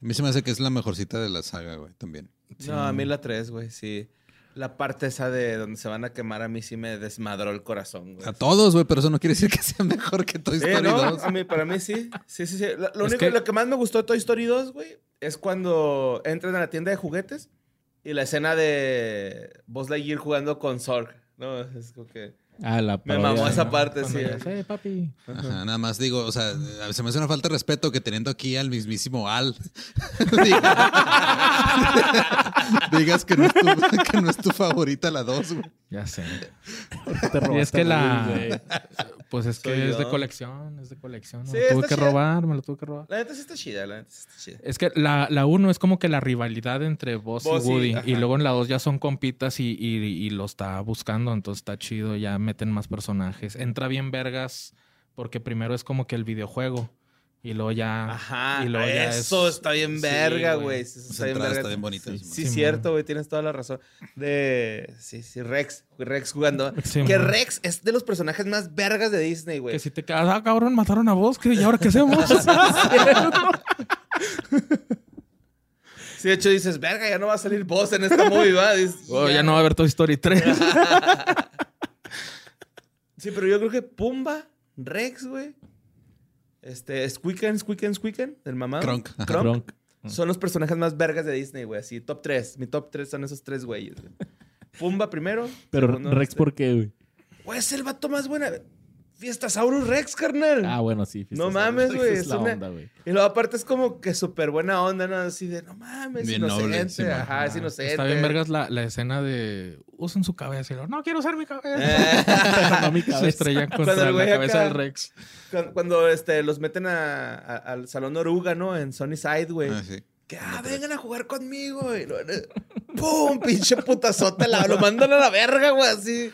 C: mí se me hace que es la mejorcita de la saga, güey, también.
B: No, a mí la 3, güey, sí. La parte esa de donde se van a quemar a mí sí me desmadró el corazón,
E: Pues
B: güey.
C: A todos, güey, pero eso no quiere decir que sea mejor que Toy
B: Sí,
C: Story
B: ¿no?
C: 2.
B: A mí, para mí sí. Sí, sí, sí. Lo, lo
E: Es
B: único,
E: que-
B: que... lo que más me gustó de Toy Story 2, güey, es cuando entran a la tienda de juguetes y la escena de Buzz Lightyear jugando con Zorg, ¿no? Es como que...
A: Ah, la
B: Me
A: parodia,
B: mamó
A: ¿no?
B: esa parte,
E: Cuando
B: sí.
E: ya, "Eh, papi.
C: Ajá, nada más digo, o sea, se me hace una falta de *laughs* respeto que teniendo aquí al mismísimo Al. diga, *laughs* digas que no es tu, *laughs* que no es tu favorita la 2, güey.
E: Ya
C: *laughs*
E: sé.
A: Te
E: Y es
A: robaste
E: que
A: el Wii,
E: la.
A: güey.
E: Pues es que
B: Soy
E: es de
B: yo.
E: colección, es de colección.
B: Sí,
E: me lo tuve
B: está
E: que
B: chida.
E: robar, me lo tuve que robar.
B: La neta sí está chida, la neta sí está chida.
E: Es que la, la uno es como que la rivalidad entre Boss y
B: Buzz y-
E: Woody.
B: ajá.
E: Y, luego en la 2 ya son compitas y, y- y lo está buscando. Entonces está chido, ya meten más personajes. Entra bien vergas porque primero es como que el videojuego. Y luego ya...
B: Ajá.
E: y luego ya
B: eso
E: es-
B: está bien
E: sí,
B: verga,
E: güey.
B: güey. Sí,
C: Esa
B: eso está bien
C: entrada
B: verga.
C: está bien bonita.
E: Sí,
C: Simón.
B: Sí,
E: Simón.
B: cierto, güey, tienes toda la razón. De. Sí, sí, Rex. Rex jugando.
E: Simón.
B: que Rex es de los personajes más vergas de Disney, güey.
E: Que si te quedas, ah, cabrón, mataron a Boss. ¿qué- ¿Y ahora qué
B: *laughs*
E: hacemos? *laughs*
B: Sí, de hecho dices, verga, ya no va a salir voz en esta movie, va.
E: *laughs*
B: Dices,
E: Oh, ya no va a haber Toy Story 3.
B: Sí, pero yo creo que Pumba, Rex, güey. Este, Squeaken, Squeaken, Squeaken, del mamá.
C: Kronk. Ajá.
A: Kronk.
B: Son los personajes más vergas de Disney, güey. Así, top 3. Mi top 3 son esos tres güeyes, güey. Pumba primero.
A: Pero
B: segundo,
A: Rex,
B: este-
A: ¿por qué, güey?
B: Güey, es el vato más buena. Fiestasaurus Rex, carnal.
A: Ah, bueno, sí. fiesta
B: No
A: Sagrada.
B: mames,
A: Esa
B: güey,
A: Es
B: es
A: la
B: una-
A: onda, güey.
B: Y luego aparte es como que súper buena onda, ¿no? Así de, no mames,
C: Bien noble,
B: inocente.
C: sí, man.
B: Ajá, es inocente.
E: Está bien vergas la, la escena de... Usen su cabeza. Y luego, no, quiero usar mi cabeza. *laughs*
B: Eh,
A: No, mi
E: Se
A: cabeza.
E: estrellan
B: Cuando
E: contra
B: el
E: la
B: güey
E: cabeza
B: acá-
E: del Rex.
B: *laughs* cuando cuando, este, los meten a- a- al Salón Oruga, ¿no? En Sunnyside,
A: Pues,
B: güey.
C: Ah, sí.
B: Que, ah, vengan a jugar conmigo, güey. Lo- eh, ¡Pum! *laughs* Pinche putazota. La, lo mandan a la verga, güey, así.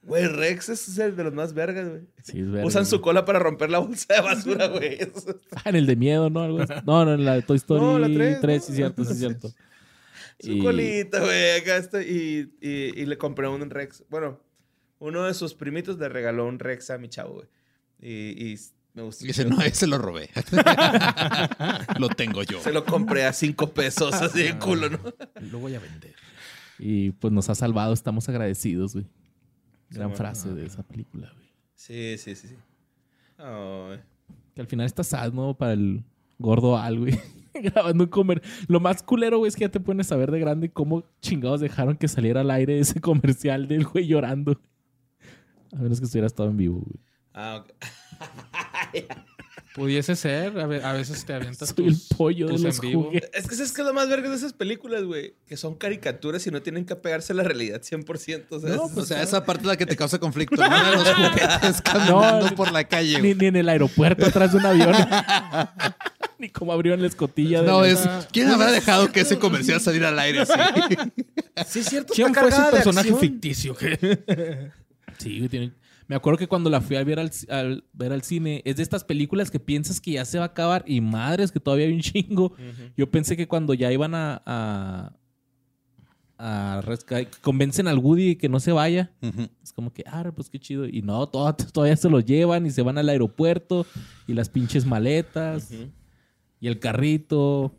B: Güey, Rex es el de los más vergas, güey.
A: Sí, es verga,
B: Usan su
A: güey.
B: cola para romper la bolsa de basura, güey. Eso-
A: Ah, en el de miedo, ¿no? Algo así. No, no, en la de Toy Story
B: *laughs* No, la tres,
A: 3,
B: ¿no?
A: sí, cierto, sí, cierto.
B: *laughs* Su
A: Y-
B: colita, güey. Acá está. Y, y- y le compré un Rex. Bueno, uno de sus primitos le regaló un Rex a mi chavo, güey. Y, y me gustó.
C: Y dice, no, ese lo robé. *laughs* lo tengo yo.
B: Se lo compré a cinco pesos, así
C: Ah.
B: de culo, ¿no?
E: Lo voy a vender.
A: Y pues nos ha salvado, estamos agradecidos, güey. Gran
B: bueno.
A: frase de esa película, güey.
B: Sí, sí, sí. Ah, sí. Ay.
A: Que al final está sad, ¿no? Para el gordo Al, güey. *laughs* Grabando un comer. Lo más culero, güey, es que ya te pones a ver de grande cómo chingados dejaron que saliera al aire ese *laughs* comercial del güey llorando. A menos que estuvieras todo en vivo, güey.
B: Ah, ok.
E: Pudiese ser. A, ve- a veces te avientas
A: Soy el
E: tus-
A: pollo de
E: tus
A: los juguetes.
B: Es que es que es lo más verga de esas películas, güey. Que son caricaturas y no tienen que apegarse a la realidad 100%.
C: o
B: O sea, es-
C: sea, pues, esa parte es la que te causa conflicto. No de los juguetes caminando
A: *laughs* No,
C: por la calle.
A: Ni,
C: güey.
A: ni en el aeropuerto atrás de un avión. *laughs* ni cómo abrieron la escotilla. de
C: No,
A: la-
C: es. ¿Quién habrá dejado que ese comercial saliera al
A: *laughs*
C: aire así?
B: sí, es cierto.
E: ¿Quién
B: está
E: fue ese
B: cargada de
E: personaje
B: acción.
E: ficticio? que *laughs*
A: Sí, güey, tiene- Me acuerdo que cuando la fui a ver al, ci- al ver al cine, es de estas películas que piensas que ya se va a acabar y madres que todavía hay un chingo.
B: Ujú.
A: Yo pensé que cuando ya iban a. a, a resca- convencen al Woody que no se vaya.
C: Ujú.
A: Es como que, ah, pues qué chido. Y no, todo- todavía se lo llevan y se van al aeropuerto y las pinches maletas
B: Ujú.
A: y el carrito.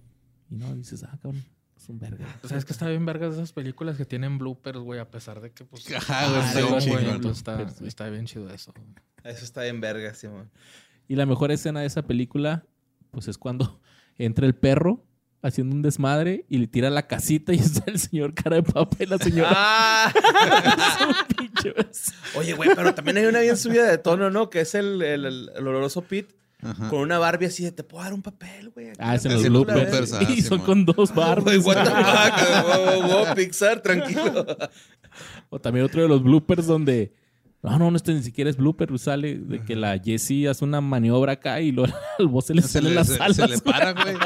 A: Y no, dices, ah, cabrón, es un verga.
E: ¿Sabes que está bien vergas esas películas que tienen bloopers, güey? A pesar de que, pues...
C: Ajá, güey,
E: ah,
C: está bien
E: no,
C: chingón.
E: güey, entonces está,
A: Bloopers, güey.
E: está bien chido eso.
B: Eso está bien verga, Simón.
A: Y la mejor escena de esa película, pues es cuando *laughs* entra el perro haciendo un desmadre y le tira la casita y *laughs* está el señor cara de papa y la señora.
B: Ah,
A: su pinche
C: Ah,
A: beso.
B: oye, güey, pero también hay una bien subida de tono, ¿no? Que es el, el, el- el oloroso Pete
C: Ajá.
B: con una Barbie así de, te puedo dar un papel, güey.
A: Ah, es en
C: Es
A: los
C: en los
A: bloopers.
B: *laughs*
C: bloopers, ah,
A: y son
C: Simón.
A: con dos ah.
B: Barbie.
A: barbas.
B: What the fuck? Wow, wow, wow,
A: *laughs*
B: Pixar, tranquilo.
A: O también otro de los bloopers donde. No, no, no, este ni siquiera es blooper. Sale de que la Jessie hace una maniobra acá y luego *laughs* al boss se le
C: Se
A: salen
C: le,
A: las
C: se-
A: alas.
C: se le
A: güey.
C: para, güey. *laughs*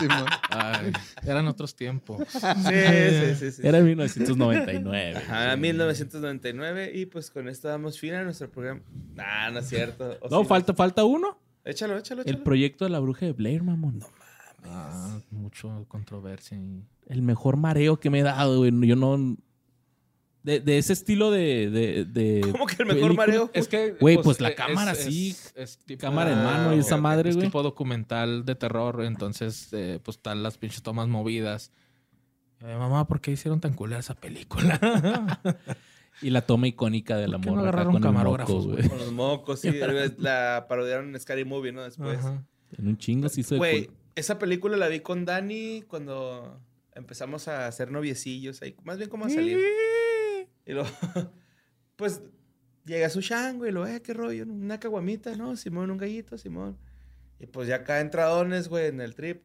C: Simón.
E: Ay, eran otros tiempos.
B: Sí, sí, sí. sí.
A: Era en
C: *laughs*
A: 1999.
B: Ajá, 1999. Y pues con esto damos fin a nuestro programa. Ah, no es cierto. O
A: No,
B: sí,
A: falta, falta uno.
B: Échalo, échalo, échalo.
A: El
B: *laughs*
A: proyecto de la bruja de Blair, mamón.
E: Ah, mucho controversia. y-
A: El mejor mareo que me he dado, güey. Yo no. De, de ese estilo de. de, de
B: ¿Cómo que el mejor
A: película.
B: mareo?
E: Es que...
A: Güey, pues, la
E: eh,
A: cámara sí,
E: tipo-
A: cámara
B: en mano y
E: ok,
A: esa
E: ok,
A: madre,
E: es
A: güey.
E: tipo documental de terror. Entonces, eh, pues, están las pinches tomas movidas. Eh, mamá, ¿por qué hicieron tan culera esa película? *laughs*
A: Y la toma icónica de la
E: ¿Por qué no
A: morra. acá
E: agarraron
A: con el
E: camarógrafos,
A: moco,
E: güey?
A: güey.
B: Con los mocos, sí. La parodiaron en Scary Movie, ¿no? Después.
E: Ajá.
A: En un chingo se hizo de
B: Güey,
A: cul-
B: esa película la vi con Dani cuando empezamos a hacer noviecillos ahí. Más bien como a salir. Y luego, *laughs* pues, llega su chango y lo, eh, qué rollo, una caguamita, ¿no? Simón, un gallito, Simón. Y pues ya acá entradones, güey, en el trip.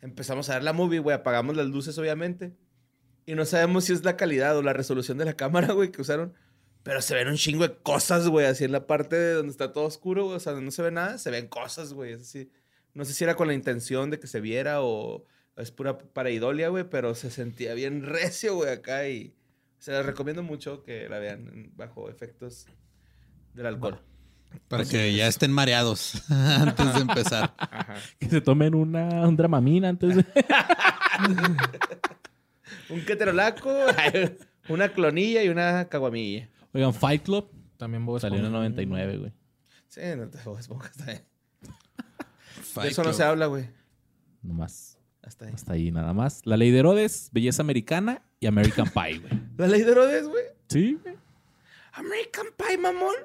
B: Empezamos a ver la movie, güey, apagamos las luces, obviamente. Y no sabemos si es la calidad o la resolución de la cámara, *laughs* güey, que usaron. Pero se ven un chingo de cosas, güey, así en la parte de donde está todo oscuro, güey. O sea, no se ve nada, se ven cosas, güey. Es así. No sé si era con la intención de que se viera o es pura pareidolia, güey, pero se sentía bien *laughs* recio, güey, acá. Y se les recomiendo mucho que la vean bajo efectos del alcohol.
C: Para que ya estén mareados *laughs* antes de empezar.
B: Ajá.
A: Que se tomen una, un dramamina antes
B: *laughs*
A: de...
B: Un *laughs* queterolaco, una clonilla y una caguamilla.
A: Oigan, Fight Club
E: También Bob
A: salió en el
B: Mm.
E: Esponja.
A: 99, güey.
B: Sí, no te pongas *laughs* hasta ahí. De
C: Fight
B: eso no
C: Club.
B: se habla, güey.
A: Nomás.
B: Hasta ahí.
A: Hasta ahí nada más. La Ley de Herodes, Belleza Americana y American Pie, güey.
E: *laughs*
B: La ley de Herodes, güey.
A: Sí, güey.
B: American Pie, mamón.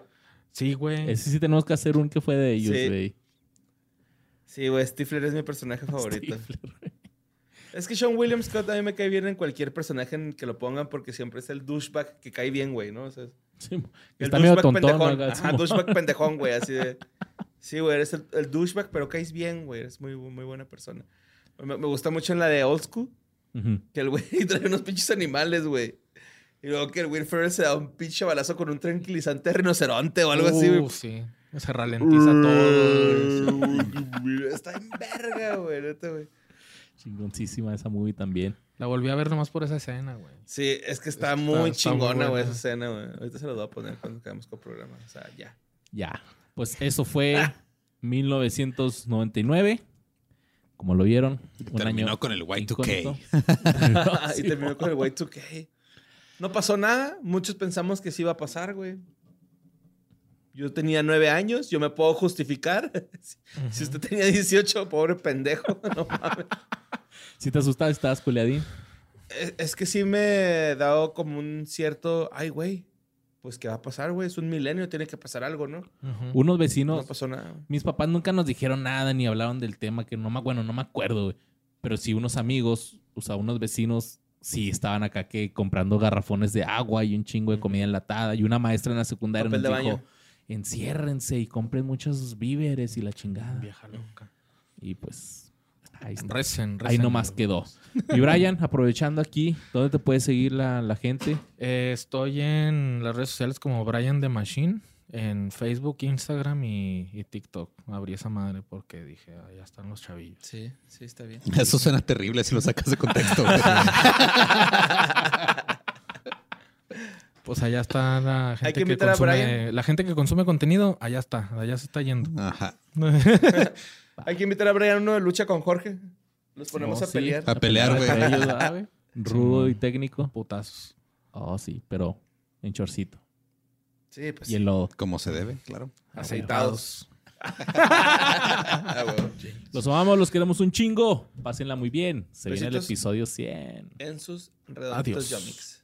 E: Sí, güey.
A: Ese sí tenemos que hacer un que fue de ellos,
B: Sí.
A: güey.
B: Sí, güey, Stifler es mi personaje favorito.
A: Stifler,
B: Es que Sean William Scott a mí me cae bien en cualquier personaje en que lo pongan porque siempre es el douchebag que cae bien, güey, ¿no? O sea,
A: Sí,
B: el
A: está medio
B: douchebag
A: tontón.
B: pendejón.
A: ¿no?
B: Ajá, douchebag pendejón, güey, así de... Sí, güey, eres el, el douchebag, pero caes bien, güey. Eres muy, muy buena persona. Me, me gusta mucho en la de Old School,
A: Ujú.
B: que el güey *laughs* trae unos pinches animales, güey. Y luego que el Will Ferrell se da un pinche balazo con un tranquilizante de rinoceronte o algo así,
E: Uh,
B: güey.
E: sí. Se ralentiza todo. güey.
B: *laughs* Está en verga, güey, neta, güey.
A: *laughs* Chingoncísima esa movie también.
E: La volví a ver nomás por esa escena, güey.
B: Sí, es que está,
E: Está-
B: muy
E: está muy
B: chingona, güey,
E: buena.
B: esa escena, güey. Ahorita se los voy a poner cuando acabemos con el programa. O sea, ya.
A: Ya. Pues eso fue *laughs* 1999. Como lo vieron. un
C: Terminó
A: año
C: con el
A: incógnito.
C: Y2K.
B: *laughs* y terminó con el Y2K. No pasó nada. Muchos pensamos que sí iba a pasar, güey. Yo tenía nueve años, yo me puedo justificar. *laughs* Si- Si usted tenía 18, pobre pendejo, *laughs* no mames.
A: Si te asustabas, estabas culeadín.
B: Es, es que sí me he dado como un cierto, ay, güey, pues ¿qué va a pasar, güey? Es un milenio, tiene que pasar algo, ¿no?
E: Ujú.
A: Unos
B: No, pues,
A: vecinos.
B: pasó nada. güey.
A: Mis papás nunca nos dijeron nada ni hablaron del tema, que no me, bueno, no me acuerdo, güey. Pero sí unos amigos, o sea, unos vecinos, sí estaban acá que comprando garrafones de agua y un chingo de comida enlatada. Y una maestra en la secundaria
B: Papel de
A: nos dijo,
B: baño.
A: enciérrense y compren muchos víveres y la chingada.
E: Vieja loca.
A: Y pues, ahí está.
E: Recen, recen.
A: Ahí nomás quedó. Y Brian, aprovechando aquí, ¿dónde te puede seguir la, la gente?
E: Eh, estoy en las redes sociales como Brian The Machine, en Facebook, Instagram y, y TikTok. Abrí esa madre porque dije, "Ah, ya están los chavillos.
B: Sí, sí, está bien.
C: *laughs* Eso suena terrible si lo sacas de contexto.
B: *laughs*
C: güey.
E: Pues allá
B: *laughs*
E: está la
B: que
E: gente que,
B: invitar a
E: consume,
B: Brian.
E: la gente que consume contenido, allá está, allá se está yendo.
C: Ajá.
B: Hay que invitar a Brian a uno de lucha con Jorge. Los ponemos
A: Oh,
B: a
A: sí.
B: pelear.
C: A pelear, güey.
A: Entre ellos,
C: *laughs*
A: ¿verdad, güey? Rudo y técnico.
E: Putazos.
A: Oh, sí, pero en chorcito.
B: Sí, pues.
A: Y en lodo.
C: Como se debe, claro.
E: Aceitados.
B: Ah, huevo.
A: Los amamos, los queremos un chingo. Pásenla muy bien. Se viene el
B: Besitos.
A: episodio 100.
B: En sus redonditos
E: Adiós.
B: yomix.